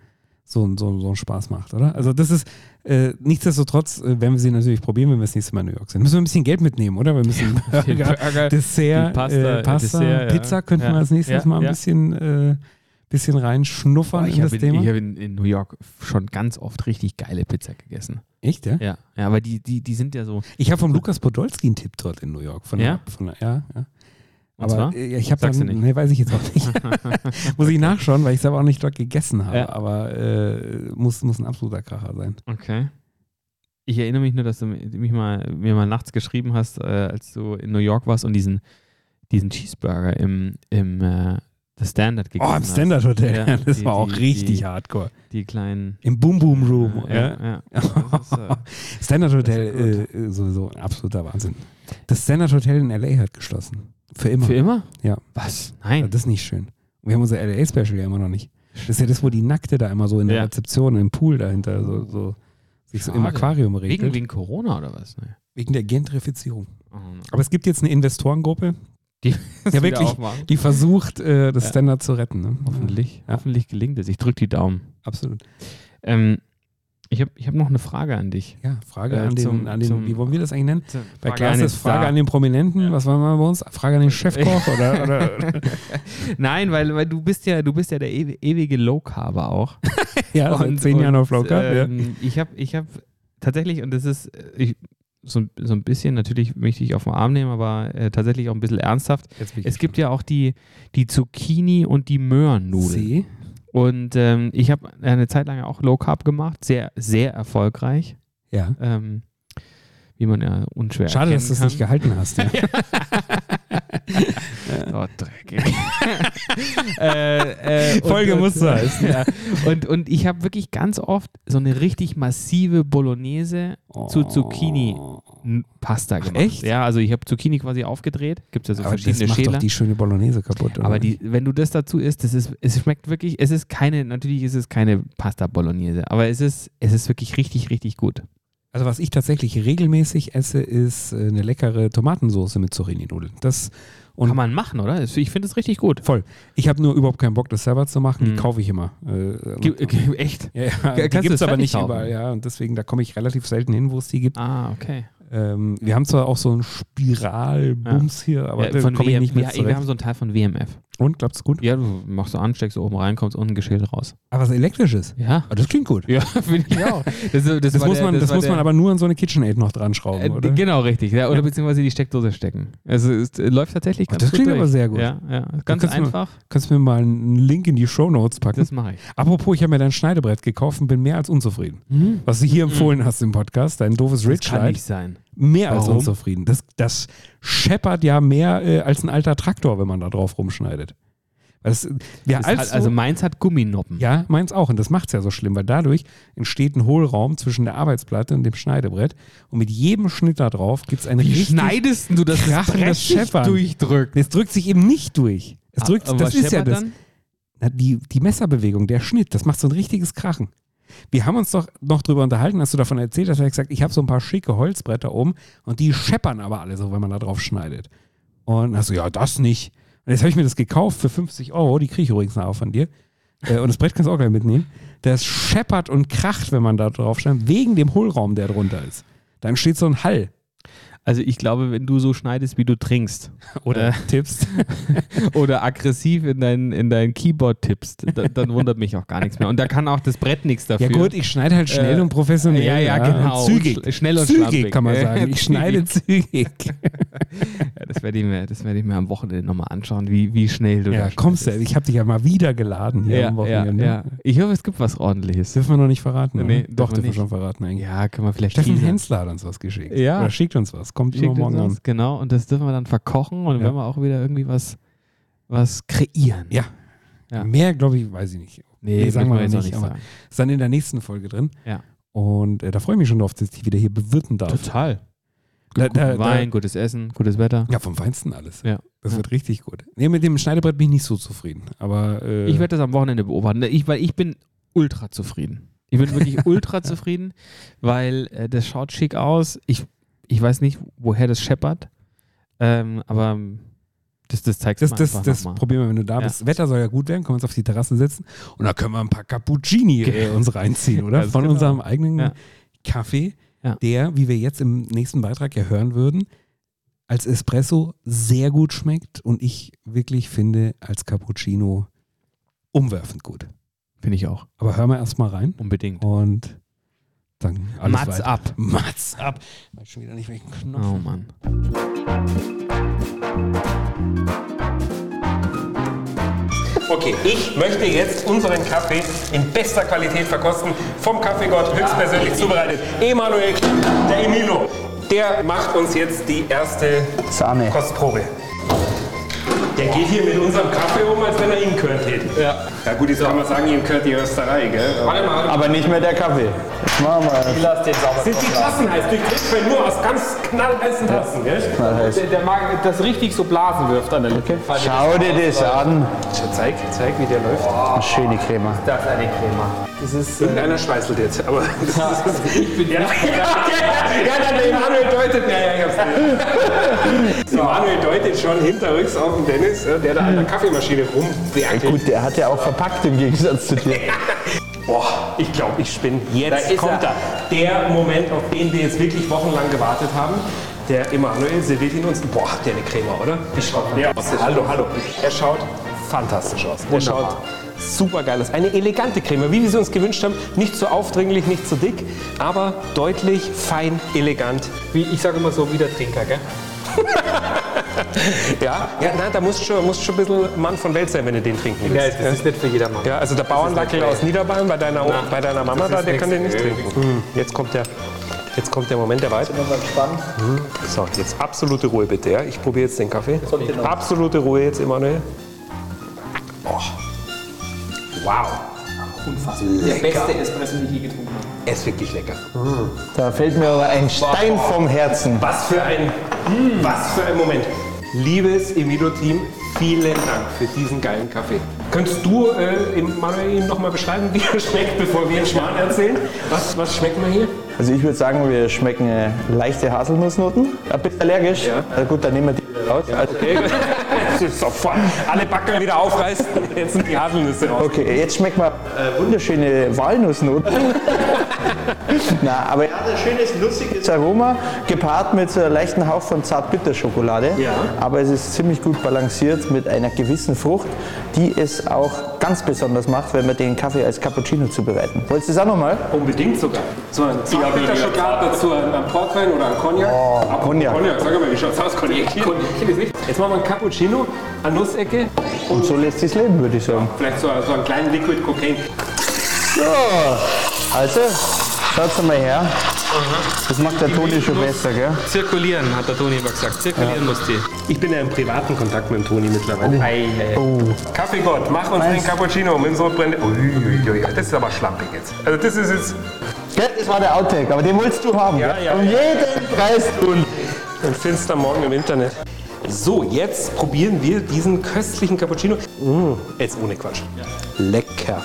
so, ein- so, ein- so einen Spaß macht, oder? Also das ist, äh, nichtsdestotrotz äh, werden wir sie natürlich probieren, wenn wir das nächste Mal in New York sind. Müssen wir ein bisschen Geld mitnehmen, oder? Wir müssen Burger, Dessert, Die Pasta, äh, Pasta Dessert, ja. Pizza könnten Ja. wir als nächstes Ja, Mal ein ja. bisschen, äh, bisschen reinschnuffern Boah, in Oh, ich das habe in, Thema. ich hab in, in New York schon ganz oft richtig geile Pizza gegessen. Echt, ja? Ja, ja aber die, die, die sind ja so. Ich habe vom Lukas Podolski einen Tipp dort in New York. Von Ja? Der, von der, ja, ja. Und Aber zwar? äh, ich habe Sagst dann, du nicht. nee, weiß ich jetzt auch nicht. muss ich nachschauen, weil ich es aber auch nicht dort gegessen habe. Ja. Aber äh, muss, muss ein absoluter Kracher sein. Okay. Ich erinnere mich nur, dass du mich mal, mir mal nachts geschrieben hast, äh, als du in New York warst und diesen, diesen Cheeseburger im, im äh, The Standard gegessen Oh, im hast. Standard Hotel. Ja, das die- war auch die- richtig die- hardcore. Die kleinen. Im Boom Boom Room. Äh, ja. ja. Das ist, äh, Standard Das ist ja Hotel äh, äh, sowieso ein absoluter Wahnsinn. Das Standard Hotel in LA hat geschlossen. Für immer. Für immer? Ja. Was? Ja, Nein. das ist nicht schön. Wir haben unser LA-Special ja immer noch nicht. Das ist ja das, wo die Nackte da immer so in der Ja. Rezeption, im Pool dahinter, so, so sich so im Schade. Aquarium Wegen, regelt. wegen Corona oder was? Nee. Wegen der Gentrifizierung. Oh, no. Aber es gibt jetzt eine Investorengruppe, Wieder wirklich. aufmachen. die versucht, äh, das Ja. Standard zu retten. Ne? Hoffentlich, Ja. hoffentlich gelingt es. Ich drücke die Daumen. Absolut. Ähm, ich habe ich hab noch eine Frage an dich. Ja, Frage Äh, an den, zum- an den zum- wie wollen wir das eigentlich nennen? Bei an Klaas den ist Frage Star. an den Prominenten, was waren wir bei uns? Frage an den Chefkoch oder, oder, oder? Nein, weil, weil du bist ja, du bist ja der ew- ewige Low Carber auch. Ja, seit Also zehn Jahren auf Low-Carb. ja. ähm, Ich habe ich hab tatsächlich, und das ist äh, ich, so, ein- so ein bisschen, natürlich möchte ich auf den Arm nehmen, aber äh, tatsächlich auch ein bisschen ernsthaft. Es gibt ja auch die, die Zucchini und die Möhrennudeln. C. Und ähm, ich habe eine Zeit lang auch Low Carb gemacht, sehr, sehr erfolgreich. Ja. Ähm, wie man ja unschwer Schade, dass du es erkennen nicht gehalten hast. Ja. kann. Oh, dreckig. äh, äh, und- Folge und- muss so heißen. Ja. Und, und ich habe wirklich ganz oft so eine richtig massive Bolognese Oh. zu Zucchini-Pasta gemacht. echt? Ja, also ich habe Zucchini quasi aufgedreht. Gibt es ja so Aber das verschiedene macht Schäler. doch die schöne Bolognese kaputt. Oder? Aber die, wenn du das dazu isst, das ist, es schmeckt wirklich, es ist keine, natürlich ist es keine Pasta Bolognese, aber es ist, es ist wirklich richtig, richtig gut. also was ich tatsächlich regelmäßig esse, ist äh, eine leckere Tomatensauce mit Zucchini-Nudeln. Das und Kann man machen, oder? Ich finde es richtig gut. voll. Ich habe nur überhaupt keinen Bock, das selber zu machen. Die Mhm. kaufe ich immer. Äh, Ge- ge- Echt? ja, ja, die kannst du gibt es das aber fertig nicht kaufen? überall. Ja, und deswegen, da komme ich relativ selten hin, wo es die gibt. Ah, okay. Ähm, wir haben zwar auch so einen Spiralbums hier, aber Ja, da komme ich WM nicht mit ja, ey, wir haben zurecht. so einen Teil von WMF. Und, glaubst du gut? Ja, du machst so an, steckst oben rein, kommst unten geschält raus. Aber was elektrisches. Ja. Ah, das klingt gut. Ja, finde ich auch. Das, das Das, war muss, der- man, das war muss der- man aber nur an so eine KitchenAid noch dran schrauben, Äh, oder? Genau, richtig. Ja, oder beziehungsweise die Steckdose stecken. Also es äh, läuft tatsächlich ganz Oh, das gut klingt durch. aber sehr gut. Ja, ja. Ganz kannst du mal- einfach. Kannst du mir mal einen Link in die Shownotes packen? Das mache ich. Apropos, ich habe mir dein Schneidebrett gekauft und bin mehr als unzufrieden. Was du hier empfohlen hast im Podcast, dein doofes Mhm. Das kann Ridge-Light, nicht sein. mehr als Warum? unzufrieden. Das, das scheppert ja mehr äh, als ein alter Traktor, wenn man da drauf rumschneidet. Das, äh, ja, Das als hat, also meins hat Gumminoppen. Ja, meins auch. Und das macht's ja so schlimm, weil dadurch entsteht ein Hohlraum zwischen der Arbeitsplatte und dem Schneidebrett. Und mit jedem Schnitt da drauf gibt's eine Wie richtig... schneidest denn du das krachendes Brett sich Scheppern. durchdrückt? Es drückt sich eben nicht durch. Es drückt, Ah, Aber das was ist ja scheppert das. dann? Na, die, die Messerbewegung, der Schnitt, das macht so ein richtiges Krachen. Wir haben uns doch noch drüber unterhalten, als du davon erzählt hast, habe ich gesagt, ich habe so ein paar schicke Holzbretter oben und die scheppern aber alle so, wenn man da drauf schneidet. Und hast du, ja, das nicht. Und jetzt habe ich mir das gekauft für 50 Euro, die kriege ich übrigens nachher von dir. Äh, Und das Brett kannst du auch gleich mitnehmen. Das scheppert und kracht, wenn man da drauf schneidet, wegen dem Hohlraum, der drunter ist. Dann steht so ein Hall Also ich glaube, wenn du so schneidest, wie du trinkst oder Äh. tippst. oder aggressiv in dein, in dein Keyboard tippst, da, dann wundert mich auch gar nichts mehr. Und da kann auch das Brett nichts dafür. Ja gut, ich schneide halt schnell Äh, und professionell. ja, ja, genau. Zügig. Sch- schnell und zügig, schlampig. kann man Ja, sagen. Ich schneide zügig. Ja, das werde ich, mir- das werde ich mir am Wochenende nochmal anschauen, wie, wie schnell du Ja, da kommst du, ich habe dich ja mal wieder geladen hier Ja, am ja, Wochenende. ne? ja. Ich hoffe, es gibt was ordentliches. Dürfen wir noch nicht verraten. oder? Nee, Doch, dürfen wir dürfen wir nicht. schon verraten eigentlich. Ja, können wir vielleicht Steffen teasern. Hensler hat uns was geschickt. Ja. Oder schickt uns was. Kommt Schickt immer uns morgen an. was, Genau, und das dürfen wir dann verkochen und Ja. wenn wir auch wieder irgendwie was, was kreieren. Ja. Ja. Mehr, glaube ich, weiß ich nicht. Nee, Nee, sagen sagen wir wir jetzt mal noch nicht, nicht aber- sagen. Ist dann in der nächsten Folge drin. Ja. Und äh, da freue ich mich schon drauf, dass ich die wieder hier bewirten darf. Total. Da- Guten da- da- Wein, gutes Essen, gutes Wetter. Ja, vom Feinsten alles. Ja. Das Ja. wird richtig gut. Nee, mit dem Schneidebrett bin ich nicht so zufrieden. Aber äh, Ich werde das am Wochenende beobachten, Ne, ich, weil ich bin ultra zufrieden. Ich bin wirklich ultra zufrieden, weil äh, das schaut schick aus. Ich, ich weiß nicht, woher das scheppert, ähm, aber ähm, das, das zeigt Das, das, das mal. probieren wir, wenn du da Ja. bist. Wetter soll ja gut werden, können wir uns auf die Terrasse setzen und da können wir ein paar Cappuccini äh, uns reinziehen, oder? Genau. Ganz Von genau. unserem eigenen Ja. Kaffee, Ja. der, wie wir jetzt im nächsten Beitrag ja hören würden, als Espresso sehr gut schmeckt und ich wirklich finde, als Cappuccino umwerfend gut. Finde ich auch. Aber hören wir erstmal rein Unbedingt. Oh, und dann alles Mats weiter. ab. Mats ab. Weiß schon wieder nicht, welchen Knopf. Oh Mann. Okay, ich möchte jetzt unseren Kaffee in bester Qualität verkosten. Vom Kaffeegott höchstpersönlich zubereitet. Emanuel, der Emilio, der macht uns jetzt die erste Sahne. Kostprobe. Der geht hier mit unserem Kaffee um, als wenn er ihn könnte. Ja. Ja gut, jetzt kann man sagen, ihm könnte die Österei, gell? Warte mal, Aber nicht mehr der Kaffee. Jetzt machen wir mal. sind die Tassen heiß. Die kriegt man nur aus ganz knallheißen Tassen, gell? Der, der mag das richtig so Blasen wirft an der Lippe. Schau dir das an. Zeig, zeig, wie der läuft. Schöne Creme. Das ist eine Crema. Das ist. Äh, Irgendeiner schweißelt jetzt, aber das ist... ich bin Ja, ja, ja, ja, der Manuel deutet. Ja, ja, ich Manuel deutet schon hinterrücks auf den Dennis, äh, der da an der Kaffeemaschine rumwerkelt. Gut, der hat ja auch verpackt im Gegensatz zu dir. Boah, ich glaube, ich spinne. Jetzt kommt er. Der Moment, auf den wir jetzt wirklich wochenlang gewartet haben. Der Emanuel serviert ihn uns. Boah, hat der eine Crema, oder? Wie schaut der aus? Hallo, hallo. Er schaut fantastisch aus. Der schaut super geil aus. Eine elegante Creme, wie wir sie uns gewünscht haben. Nicht zu aufdringlich, nicht zu dick, aber deutlich, fein, elegant. wie, ich sage immer so, wie der Trinker, gell? Ja, ja nein, da musst schon, musst schon ein bisschen Mann von Welt sein, wenn du den trinken willst. das ist nicht für jedermann. Ja, also der Bauernlackel aus Niederbayern bei deiner, bei deiner Mama das da, ist der kann den nichts. Mhm. nicht trinken. Jetzt kommt der, Jetzt kommt der Moment der Wahrheit. Mhm. So, jetzt absolute Ruhe bitte. Ja? Ich probiere jetzt den Kaffee. Absolute Ruhe jetzt, Emanuel. Oh. Wow, Der beste Espresso, den ich je getrunken habe. er ist wirklich lecker. Da fällt mir aber ein Stein vom Herzen. Was für ein, was für ein Moment. Liebes Emilo-Team, vielen Dank für diesen geilen Kaffee. Könntest du, äh, Manuel, ihm nochmal beschreiben, wie er schmeckt, bevor wir einen Schmarrn erzählen? Was, was schmeckt man hier? Also ich würde sagen, wir schmecken äh, leichte Haselnussnoten. Ja, bist allergisch? Ja. Na gut, dann nehmen wir die wieder raus. Also, Okay. Sofort alle Backen wieder aufreißen. Jetzt sind die Haselnüsse raus. okay, jetzt schmeckt man äh, wunderschöne Walnussnoten. Na, aber er hat ein schönes, nussiges Aroma, gepaart mit so einem leichten Hauch von Zartbitterschokolade. Ja. Aber es ist ziemlich gut balanciert mit einer gewissen Frucht, die es auch ganz besonders macht, wenn wir den Kaffee als Cappuccino zubereiten. Wolltest du es auch nochmal? Unbedingt sogar. So ein Zartbitterschokolade dazu, ein ein Portwein oder ein Cognac. Oh, Apropos Cognac. Cognac, sag mal, wie schaut's aus? Cognac hier? Cognac ist nicht. Jetzt machen wir einen Cappuccino an Nussecke. Und so lässt sich's leben, würde ich sagen. Vielleicht so, so einen kleinen Liquid Cocaine. So, also, schaut's mal her. Das macht der Toni schon besser, gell? Zirkulieren, hat der Toni immer gesagt. Zirkulieren muss die. Ich bin ja im privaten Kontakt mit dem Toni mittlerweile. Oh, Kaffeegott, mach uns den Cappuccino um mit Sodbrenne. Uiuiui, das ist aber schlampig jetzt. Also das ist jetzt... gell, das war der Outtake, aber den wolltest du haben, Ja, gell? ja, Um ja. jeden Preis tun. Ein finster Morgen im Internet. So, jetzt probieren wir diesen köstlichen Cappuccino. Mm, jetzt ohne Quatsch. Lecker.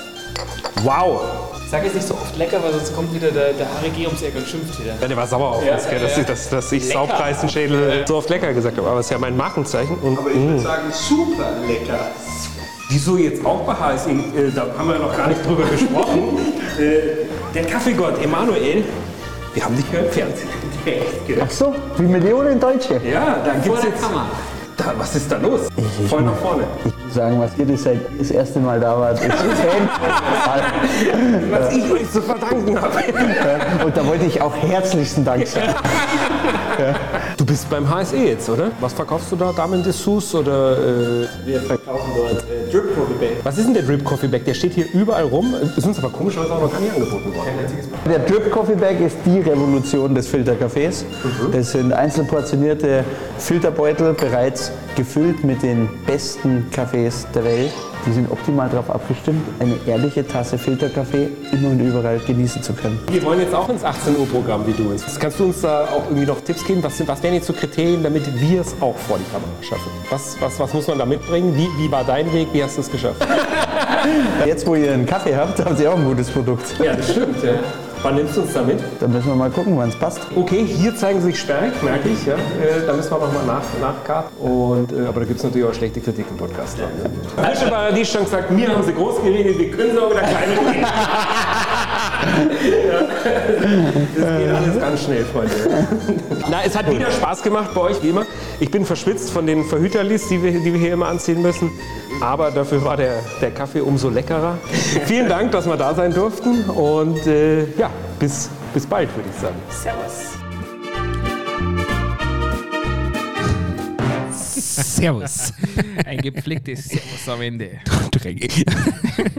Wow. Sag jetzt nicht so oft lecker, weil sonst kommt wieder der, der HRG ums Eck und schimpft wieder. Ja, der war sauer auf uns, gell, dass, ich- dass, dass ich Saubreißenschädel äh, so oft lecker gesagt habe. Aber es ist ja mein Markenzeichen. Und mmh. Aber ich würde sagen, super lecker. Wieso jetzt auch bei HSE? Äh, da haben wir noch gar nicht drüber gesprochen. äh, der Kaffeegott Emanuel, wir haben dich ja im Fernsehen entdeckt. gell? Ach so, wie Millionen Deutsche. Ja, da gibt's jetzt. Da, was ist da los? Voll nach vorne. Sagen, was ihr das, seid, das erste Mal da wart, ist so zehn. Was Äh, ich euch zu verdanken habe. Und da wollte ich auch herzlichsten Dank sagen. Du bist beim HSE jetzt, oder? Was verkaufst du da? Damen Dessous oder. Äh, Wir verkaufen dort äh, Drip Coffee Bag. was ist denn der Drip Coffee Bag? Der steht hier überall rum. Ist uns aber komischerweise auch noch gar nicht angeboten worden. Der Drip Coffee Bag ist die Revolution des Filterkaffees. Das sind einzelportionierte Filterbeutel, bereits gefüllt mit den besten Kaffees der Welt. Die sind optimal darauf abgestimmt, eine ehrliche Tasse Filterkaffee immer und überall genießen zu können. Wir wollen jetzt auch ins 18 Uhr Programm wie du es. Kannst du uns da auch irgendwie noch Tipps geben? Was, sind, was wären jetzt so Kriterien, damit wir es auch vor die Kamera schaffen? Was, was, was muss man da mitbringen? Wie, wie war dein Weg? Wie hast du es geschafft? Jetzt, wo ihr einen Kaffee habt, haben sie auch ein gutes Produkt. Ja, das stimmt. Ja. Wann nimmst du uns da mit? Da müssen wir mal gucken, wann es passt. Okay, hier zeigen sich Sperrig, merke ich. Ja. Äh, da müssen wir nochmal nach, nachkarten. Und, äh, aber da gibt es natürlich auch schlechte Kritik im Podcast. Ja. Falsche Paradies schon gesagt, mir haben sie groß geredet, wir können sie auch wieder klein reden. Das geht alles ganz schnell, Freunde. Na, es hat wieder Spaß gemacht bei euch, wie immer. Ich bin verschwitzt von den Verhüterlis, die wir, die wir hier immer anziehen müssen. Aber dafür war der, der Kaffee umso leckerer. Vielen Dank, dass wir da sein durften. Und äh, ja, bis, bis bald, würde ich sagen. Servus. Ein gepflegtes Servus am Ende. Dreckig.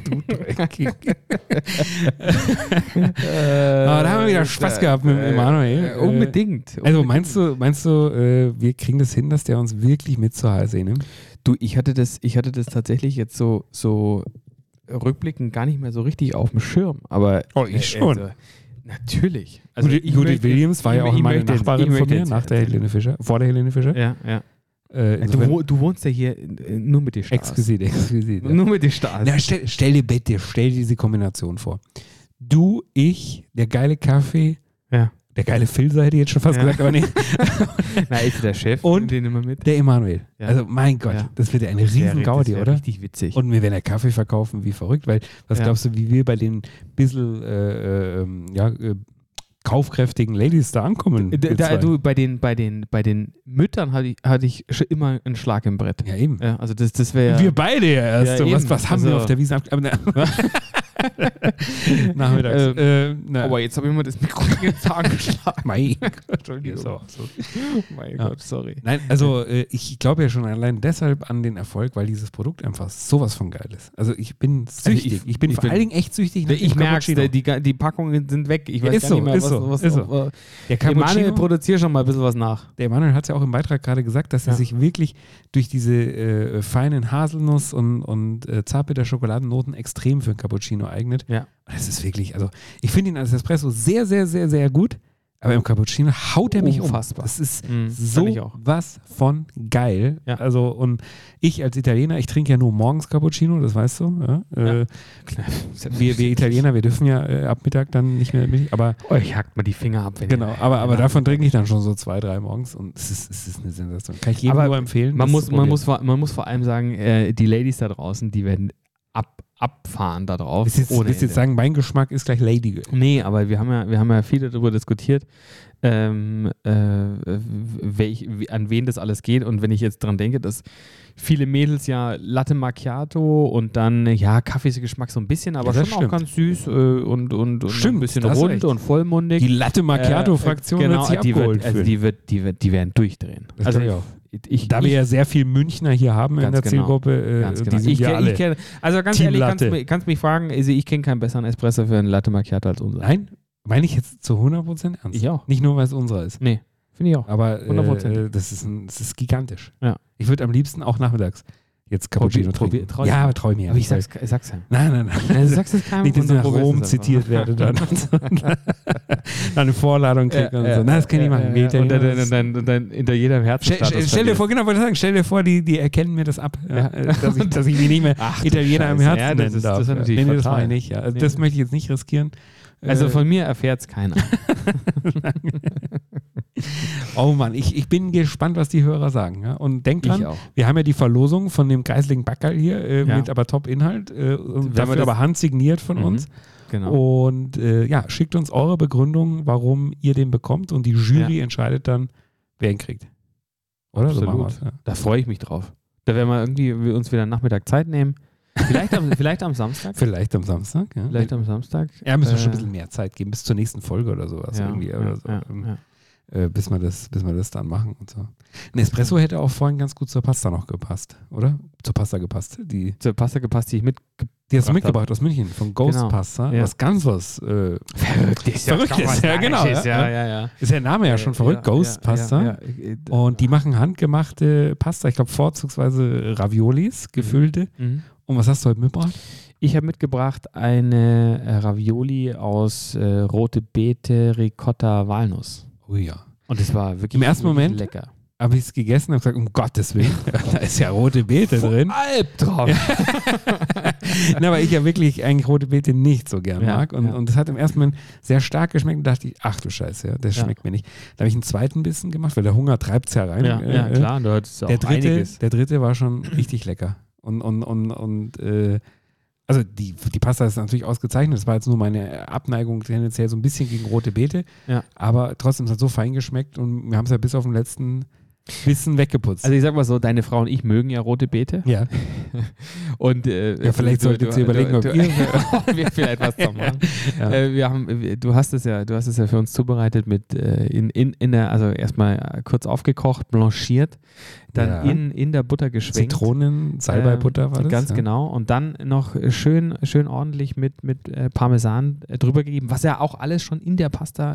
du Dreckig. Aber da haben wir wieder Spaß gehabt mit dem Emanuel. Äh, unbedingt. Äh, Also meinst du, meinst du, äh, wir kriegen das hin, dass der uns wirklich mit zur ne? HSE nimmt? Du, ich hatte das, ich hatte das tatsächlich jetzt so, so rückblickend gar nicht mehr so richtig auf dem Schirm. Aber äh, also, Oh, ich schon. Judith, natürlich. Also ich Judith möchte- Williams war ja ich- auch ich meine möchte jetzt- Nachbarin ich von möchte mir, jetzt- nach der Helene Fischer, vor der Helene Fischer. Ja, ja. Äh, Du, insofern- wo- du wohnst ja hier äh, nur mit den Stars. exquisit, exquisit. ja. Nur mit den Stars. Na, stell, stell dir bitte, stell dir diese Kombination vor. Du, ich, der geile Kaffee, Ja. der geile Filzer hätte ich jetzt schon fast Ja. gesagt, aber nee, Na, ist der Chef. Und- den immer mit. der Emanuel. Ja. Also mein Gott, Ja. das wird ja ein riesen Gaudi, Das wär oder? Richtig witzig. Und wir werden ja Kaffee verkaufen, wie verrückt, weil was Ja. glaubst du, wie wir bei den bisschen äh, ähm, ja, äh, kaufkräftigen Ladies da ankommen? Da, wir zwei? da, du, bei den, bei den, bei den Müttern hatte ich, hatte ich schon immer einen Schlag im Brett. ja, eben. Ja, also das, das wäre Wir beide ja erst. Ja, so. was, eben. was haben wir Also- auf der Wiese ab? aber na- Nachmittags. Ähm, Äh, na, Aber jetzt habe ich mir das Mikro jetzt angeschlagen. mein Entschuldigung. Oh Ist auch so. Mein Ja. Gott, sorry. Nein, also äh, ich glaube ja schon allein deshalb an den Erfolg, weil dieses Produkt einfach sowas von geil ist. Also ich bin süchtig. ich, ich- bin ich vor bin- allen Dingen echt süchtig. nach Ich dem merke, Cappuccino. die, die, die Packungen sind weg. Ich weiß Ist gar so, nicht mehr, ist was, so, was ist so. was- der Emanuel, Cappuccino. produzier schon mal ein bisschen was nach. Der Manuel hat ja auch im Beitrag gerade gesagt, dass er Ja. sich wirklich durch diese äh, feinen Haselnuss- und, und äh, Zartbitter-Schokoladennoten extrem für einen Cappuccino eignet. Ja. Das ist wirklich, also ich finde ihn als Espresso sehr, sehr, sehr, sehr gut, aber im Cappuccino haut er mich um. Unfassbar. Das ist Mhm, so fand ich auch. was von geil. Ja. Also und ich als Italiener, ich trinke ja nur morgens Cappuccino, das weißt du. Ja? Äh, wir, wir Italiener, wir dürfen ja äh, ab Mittag dann nicht mehr, Milch, aber Euch hackt Oh, mal die Finger ab, wenn Genau, aber, aber davon trinke ich dann schon so zwei, drei morgens und es ist, es ist eine Sensation. Kann ich jedem Aber nur empfehlen. Man das muss, zu man, probieren. muss, vor- man muss vor allem sagen, äh, die Ladies da draußen, die werden ab, abfahren da drauf. Willst du jetzt, willst du Ende. jetzt sagen, mein Geschmack ist gleich Lady. Nee, aber wir haben ja, wir haben ja viele darüber diskutiert, ähm, äh, welch, wie- an wen das alles geht. Und wenn ich jetzt dran denke, dass viele Mädels ja Latte Macchiato und dann, ja, Kaffee ist der Geschmack so ein bisschen, aber Ja, das schon stimmt. auch ganz süß äh, und, und, und Stimmt, ein bisschen da hast du rund recht. und vollmundig. Die Latte Macchiato-Fraktion Äh, wird genau, sich die abgeholt wird, also fühlen. die, wird, die, wird, die werden durchdrehen. Das also glaub ich auch. ich, da wir ja sehr viel Münchner hier haben in Ganz der genau. Zielgruppe, äh, Ganz genau. die sind ich, ja kenn- alle. ich kenn, also ganz Team ehrlich, kannst, Latte. du mich- kannst mich fragen, also ich kenne keinen besseren Espresso für einen Latte Macchiato als unseren. Nein, meine ich jetzt zu 100% ernst. Ich auch. Nicht nur, weil es unserer ist. Finde ich auch. Aber äh, 100%. das, ist ein, das ist gigantisch. Ja. Ich würde am liebsten auch nachmittags jetzt Cappuccino trinken. Probier- probier- trau- ja, aber treu mir. Aber ich sag's, ich sag's keinem. Nein, nein, nein. Also sag's es keinem. Nicht, dass und ich dann nach probierst Rom du's einfach. zitiert werde, dann, dann eine Vorladung kriege und so. Na, das kann ich machen. Wir Und Italiener- dann, dann, dann, dann, dann hinter jedem Stell, Herzstatus. stell, stell dir vor, genau, wollte ich sagen, stell dir vor, die, die erkennen mir das ab, ja. äh, dass, ich, dass ich mich nicht mehr Ach, du Italiener im Scheiße. Herzen Ja, das nennen ist- darf. das ist ja. natürlich nee, nee, das fatal. mache ich nicht. Ja. Also, Nee. Das möchte ich jetzt nicht riskieren. Also Äh, von mir erfährt's keiner. oh Mann, ich, ich bin gespannt, was die Hörer sagen. Ja. Und denk dran, auch. wir haben ja die Verlosung von dem geistigen Backerl hier äh, Ja. mit aber Top-Inhalt. Äh, und da Dafür wird ist- aber handsigniert von Mhm. uns. Genau. Und äh, ja, schickt uns eure Begründung, warum ihr den bekommt und die Jury entscheidet dann, wer ihn kriegt. Oder? So machen Absolut. wir's, ja. Da freue ich mich drauf. Da werden wir irgendwie wir uns wieder einen Nachmittag Zeit nehmen. Vielleicht am, vielleicht am Samstag. Vielleicht am Samstag. Ja, Vielleicht am Samstag. ja müssen wir schon ein Äh, bisschen mehr Zeit geben, bis zur nächsten Folge oder sowas. ja, irgendwie, ja, oder so. ja, ja. Äh, bis, wir das, bis wir das dann machen und so. Ein Espresso hätte auch vorhin ganz gut zur Pasta noch gepasst, oder? Zur Pasta gepasst. Die, Zur Pasta gepasst, die ich mit die hast du Gebracht mitgebracht aus München, von Ghost Genau. Pasta. Ja. Was ganz was. Äh, Verrückt ist ja. Verrückt ist, ja, genau, Ist, ja. ja, ja, ja. ist der Name ja schon verrückt, Ghost Pasta. Ja, ja, ja. Und die machen handgemachte Pasta, ich glaube vorzugsweise Raviolis, gefüllte. Mhm. Und was hast du heute mitgebracht? Ich habe mitgebracht eine äh, Ravioli aus äh, rote Beete, Ricotta, Walnuss. Oh ja. Und es war wirklich Im ersten wirklich Moment lecker. Habe ich es gegessen und gesagt, um Gottes Willen, da ist ja rote Beete drin. Alb drauf. Ja. Na, weil ich ja wirklich eigentlich rote Beete nicht so gern Ja, mag. Und, ja. und das hat im ersten Moment sehr stark geschmeckt und dachte ich, ach du Scheiße, ja, das Ja. schmeckt mir nicht. Da habe ich einen zweiten Bissen gemacht, weil der Hunger treibt es ja rein. Ja, Äh, äh, klar, du hattest auch Der dritte, einiges. der dritte war schon richtig lecker. Und, und, und, und äh, also die, die Pasta ist natürlich ausgezeichnet. Das war jetzt nur meine Abneigung tendenziell so ein bisschen gegen rote Beete. Ja. Aber trotzdem, es hat so fein geschmeckt und wir haben es ja bis auf den letzten Bissen weggeputzt. Also ich sag mal so, deine Frau und ich mögen ja rote Beete. ja. Und äh, Ja, vielleicht du- solltet du- ihr überlegen, du, ob du, ob wir vielleicht was da machen. Ja. Äh, wir haben, du hast es ja, du hast es ja für uns zubereitet mit äh, in, in, in der, also erstmal kurz aufgekocht, blanchiert, dann Ja. in, in der Butter geschwenkt. Zitronen, Salbeibutter Ähm, war das. Ganz ja. genau. Und dann noch äh, schön, schön ordentlich mit, mit äh, Parmesan äh, drüber gegeben, was ja auch alles schon in der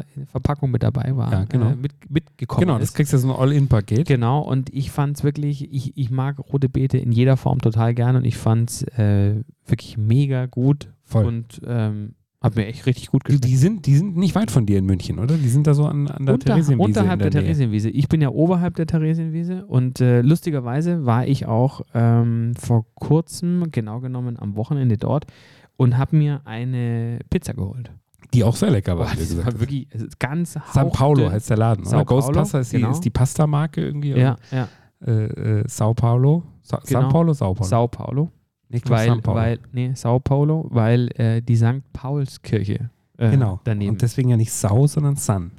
Pasta-Verpackung mit dabei war. Ja, genau. Äh, mit, mitgekommen Genau, das ist. kriegst du so ein All-In-Paket. Genau, und ich fand es wirklich, ich, ich mag rote Beete in jeder Form total gern und ich fand es äh, wirklich mega gut Voll. und ähm, hat mir echt richtig gut Die, geschmeckt. die, sind, die sind nicht weit von dir in München, oder? Die sind da so an, an der Unter, Theresienwiese. unterhalb der, in der Nähe. Theresienwiese. Ich bin ja oberhalb der Theresienwiese und äh, lustigerweise war ich auch ähm, vor kurzem, genau genommen am Wochenende dort und habe mir eine Pizza geholt. Die auch sehr lecker war, Boah, wie du das gesagt war hast. wirklich also ganz San Paulo hauchdünn. heißt der Laden. Oder? Sao Ghost Paulo, Pasta ist, genau. die, ist die Pasta-Marke irgendwie. Ja, ja. Äh, äh, Sao Paulo. Sa Genau. San Paulo, Sao Paulo. Sao Paulo. Nicht nur weil, San Paulo. weil, nee, Sao Paulo, weil äh, die St. Paulskirche äh, genau. daneben. Und deswegen ja nicht Sau, sondern Sun.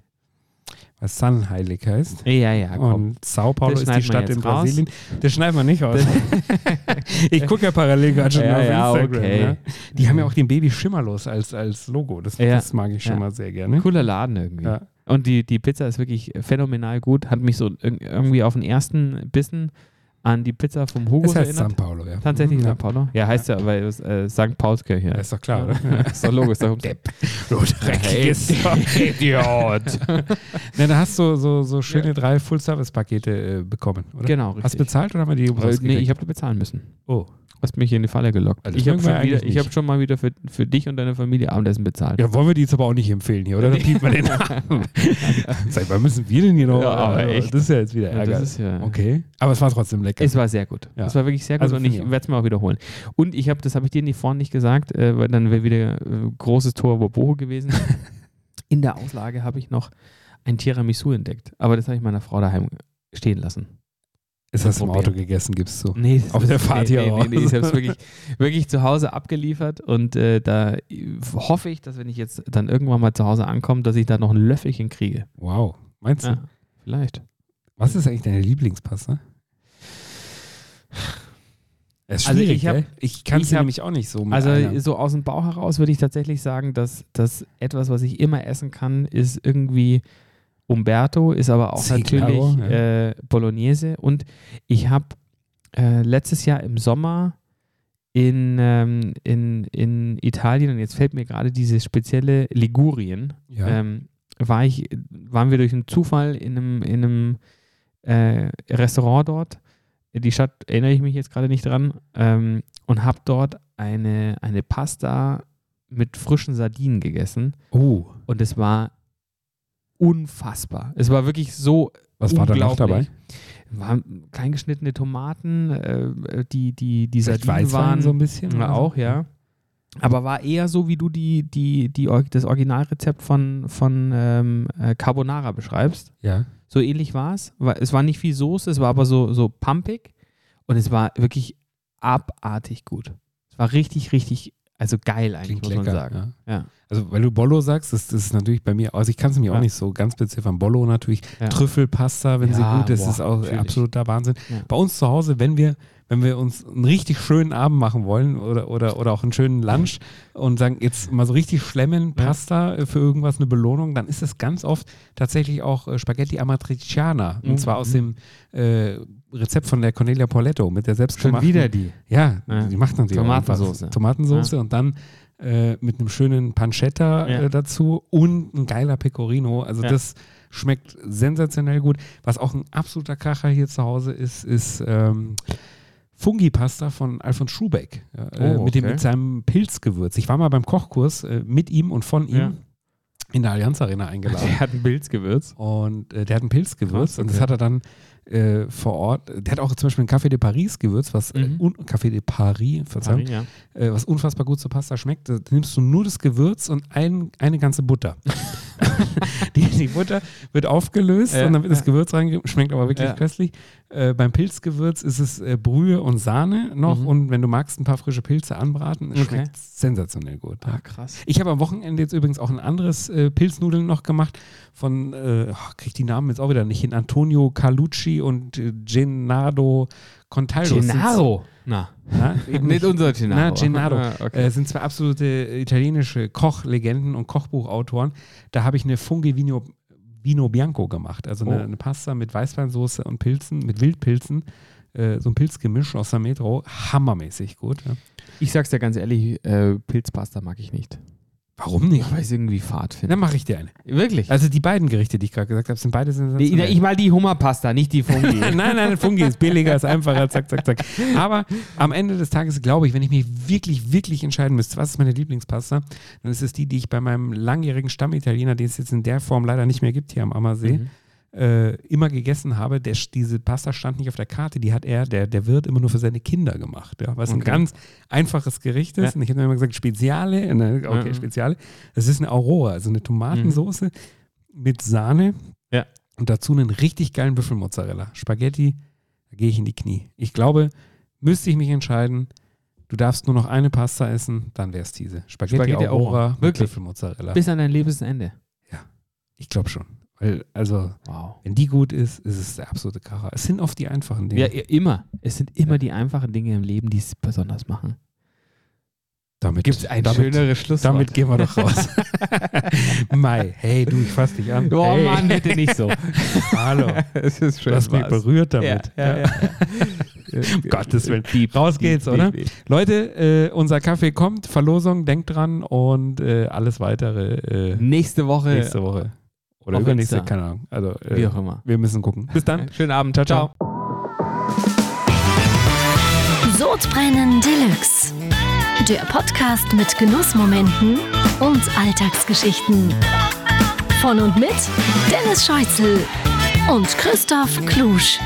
Weil Sun heilig heißt. ja, ja, komm. Und Sao Paulo Das ist die schneiden wir Stadt in jetzt raus. Brasilien. Das schneiden wir nicht raus. Ich gucke ja parallel gerade schon Ja, auf ja, Instagram. okay. Ne? Die haben ja auch den Baby Schimmerlos als, als Logo. Das, Ja. das mag ich schon Ja. mal sehr gerne. Cooler Laden irgendwie. Ne? Ja. Und die, die Pizza ist wirklich phänomenal gut. Hat mich so irg- irgendwie auf den ersten Bissen an die Pizza vom Hugo Das heißt erinnert. San Paulo, ja. Tatsächlich Mhm, St. Paulo? Ja, heißt ja, weil es äh, St. Paulskirche. Ja, ist doch klar, oder? Ja, ist doch Logo, ist doch Depp. So dreckiges Idiot. Na, da hast du so, so schöne drei Full-Service-Pakete äh, bekommen, oder? Genau, Hast richtig. du bezahlt oder haben wir die Äh, umsonst nee, gekriegt? ich habe bezahlen müssen. Oh. Hast mich hier in die Falle gelockt. Also das ich habe mögen wir schon, wieder- eigentlich ich hab nicht. schon mal wieder für, für dich und deine Familie Abendessen bezahlt. Also Ja, wollen wir die jetzt aber auch nicht empfehlen hier, oder? Dann piept man den Namen. Sag mal, müssen wir denn hier noch? Ja, aber Also, echt. Das ist ja jetzt wieder Ja, das Ärger. ist ja- okay. Aber es war trotzdem lecker. Es war sehr gut. Ja. Es war wirklich sehr gut Also und finde ich ich auch. werde es mir auch wiederholen. Und ich habe, das habe ich dir nicht vorhin nicht gesagt, äh, weil dann wäre wieder äh, großes Tor Bobo gewesen. In der Auslage habe ich noch ein Tiramisu entdeckt. Aber das habe ich meiner Frau daheim stehen lassen. ist das im probieren. Auto gegessen, gibst du. Nee, das Auf ist- der Fahrt nee, hier nee, raus. nee, nee, Ich habe es wirklich, wirklich zu Hause abgeliefert und äh, da äh, hoffe ich, dass wenn ich jetzt dann irgendwann mal zu Hause ankomme, dass ich da noch ein Löffelchen kriege. Wow. Meinst du? Ja, vielleicht. Was ist eigentlich deine Lieblingspasta? Es ist Also schwierig, ich hab- gell? ich kann ich es dir hab- nämlich auch nicht so mit Also einer. so aus dem Bauch heraus würde ich tatsächlich sagen, dass, dass etwas, was ich immer essen kann, ist irgendwie Umberto, ist aber auch Sì, claro, natürlich äh, Bolognese. Und ich habe äh, letztes Jahr im Sommer in, ähm, in, in Italien, und jetzt fällt mir gerade dieses spezielle Ligurien, ja. ähm, war ich, waren wir durch einen Zufall in einem, in einem äh, Restaurant dort. Die Stadt erinnere ich mich jetzt gerade nicht dran. Ähm, und habe dort eine, eine Pasta mit frischen Sardinen gegessen. oh, Und es war unfassbar. Es war wirklich so was war da noch dabei? unglaublich. Waren kleingeschnittene Tomaten, äh, die, die, die Vielleicht Sardinen waren. so ein bisschen. Ja, oder so? auch, ja. Aber war eher so, wie du die, die, die, Or- das Originalrezept von, von ähm, äh, Carbonara beschreibst. Ja. So ähnlich war's. war es. Es war nicht viel Soße, es war aber so, so pumpig. Und es war wirklich abartig gut. Es war richtig, richtig, also geil eigentlich, Klingt muss lecker. man sagen. Ja. Ja. Also, weil du Bollo sagst, das, das ist natürlich bei mir, also ich kann es mir auch Ja. nicht so ganz beziffern. Bollo natürlich, Ja. Trüffelpasta, wenn sie Ja, gut ist, boah, ist auch natürlich. absoluter Wahnsinn. Ja. Bei uns zu Hause, wenn wir, wenn wir uns einen richtig schönen Abend machen wollen oder, oder, oder auch einen schönen Lunch und sagen, jetzt mal so richtig schlemmen, Pasta äh, für irgendwas, eine Belohnung, dann ist es ganz oft tatsächlich auch äh, Spaghetti Amatriciana. Mhm. Und zwar aus dem äh, Rezept von der Cornelia Porletto mit der selbstgemachten die. ja, Ja. die macht natürlich auch Tomatensoße. einfach Tomatensoße und dann äh, mit einem schönen Pancetta Ja. äh, dazu und ein geiler Pecorino. Also Ja. das schmeckt sensationell gut. Was auch ein absoluter Kracher hier zu Hause ist, ist ähm, Fungi-Pasta von Alfons Schubeck ja, äh, Oh, mit, dem, okay. mit seinem Pilzgewürz. Ich war mal beim Kochkurs äh, mit ihm und von ihm Ja. in der Allianz Arena eingeladen. Der hat ein Pilzgewürz. Und äh, der hat einen Pilz gewürzt Krass, okay. und das hat er dann äh, vor Ort. Der hat auch zum Beispiel einen Café de Paris gewürzt, was Mhm. äh, un, Café de Paris, Verzeihung, Ja. äh, was unfassbar gut zur Pasta schmeckt. Da nimmst du nur das Gewürz und ein, eine ganze Butter. die, die Butter wird aufgelöst Ja, und dann wird das Gewürz reingegeben, schmeckt aber wirklich Ja. köstlich. Äh, beim Pilzgewürz ist es äh, Brühe und Sahne noch Mhm. und wenn du magst, ein paar frische Pilze anbraten. Es Okay. schmeckt sensationell gut. Ah, krass. Ich habe am Wochenende jetzt übrigens auch ein anderes äh, Pilznudeln noch gemacht von, äh, oh, krieg die Namen jetzt auch wieder nicht hin, Antonio Carlucci und äh, Gennaro Contaldo. Das sind- Na, Na, eben nicht nicht unser Gennaro. Na, Gennaro. Ah, okay. Äh, sind zwei absolute italienische Kochlegenden und Kochbuchautoren. Da habe ich eine Fungi Vino, Vino Bianco gemacht, also eine, Oh. eine Pasta mit Weißweinsauce und Pilzen, mit Wildpilzen. Äh, so ein Pilzgemisch aus der Metro. Hammermäßig gut. Ja. Ich sag's dir ganz ehrlich, äh, Pilzpasta mag ich nicht. Warum nicht? Weil ich es irgendwie fad finde. Dann mache ich dir eine. Wirklich? Also die beiden Gerichte, die ich gerade gesagt habe, sind beide Die- sensationell. ich mal die Hummerpasta, nicht die Fungi. nein, nein, Fungi ist billiger, ist einfacher, zack, zack, zack. Aber am Ende des Tages glaube ich, wenn ich mich wirklich, wirklich entscheiden müsste, was ist meine Lieblingspasta, dann ist es die, die ich bei meinem langjährigen Stammitaliener, den es jetzt in der Form leider nicht mehr gibt hier am Ammersee, Mhm. äh, immer gegessen habe. Der, diese Pasta stand nicht auf der Karte, die hat er, der, der Wirt, immer nur für seine Kinder gemacht. Ja, was ein Okay. ganz einfaches Gericht ist. Ja. Und ich habe dann immer gesagt, Speziale, und dann, okay, Mhm. Speziale. Es ist eine Aurora, also eine Tomatensoße Mhm. mit Sahne. Ja. Und dazu einen richtig geilen Büffelmozzarella. Spaghetti, da gehe ich in die Knie. Ich glaube, müsste ich mich entscheiden, du darfst nur noch eine Pasta essen, dann wäre es diese. Spaghetti, Spaghetti Aurora, Aurora. mit Wirklich? Büffelmozzarella. Bis an dein Lebensende. Ich glaube schon. Weil Weil, also, Wow. wenn die gut ist, ist es der absolute Kracher. Es sind oft die einfachen Dinge. Ja, i- immer. Es sind immer die einfachen Dinge im Leben, die es besonders machen. damit Gibt's ein damit, schöneres Schlusswort? Damit gehen wir doch raus. Mai, hey, du, ich fass dich an. Oh hey. Mann, bitte nicht so. Hallo. Es ist Du hast mich war's. berührt damit. Ja, ja, ja. Um Gottes Willen. Raus geht's, deep, oder? deep. Leute, äh, unser Kaffee kommt, Verlosung, denkt dran und äh, alles weitere äh, Nächste Woche. nächste Woche. Oder auf übernächste, Insta. keine Ahnung. Also, äh, Wie auch immer. Wir müssen gucken. Bis dann. Schönen Abend. Ciao, ciao. Sodbrennen Deluxe. Der Podcast mit Genussmomenten und Alltagsgeschichten. Von und mit Dennis Scheuzel und Christoph Klusch.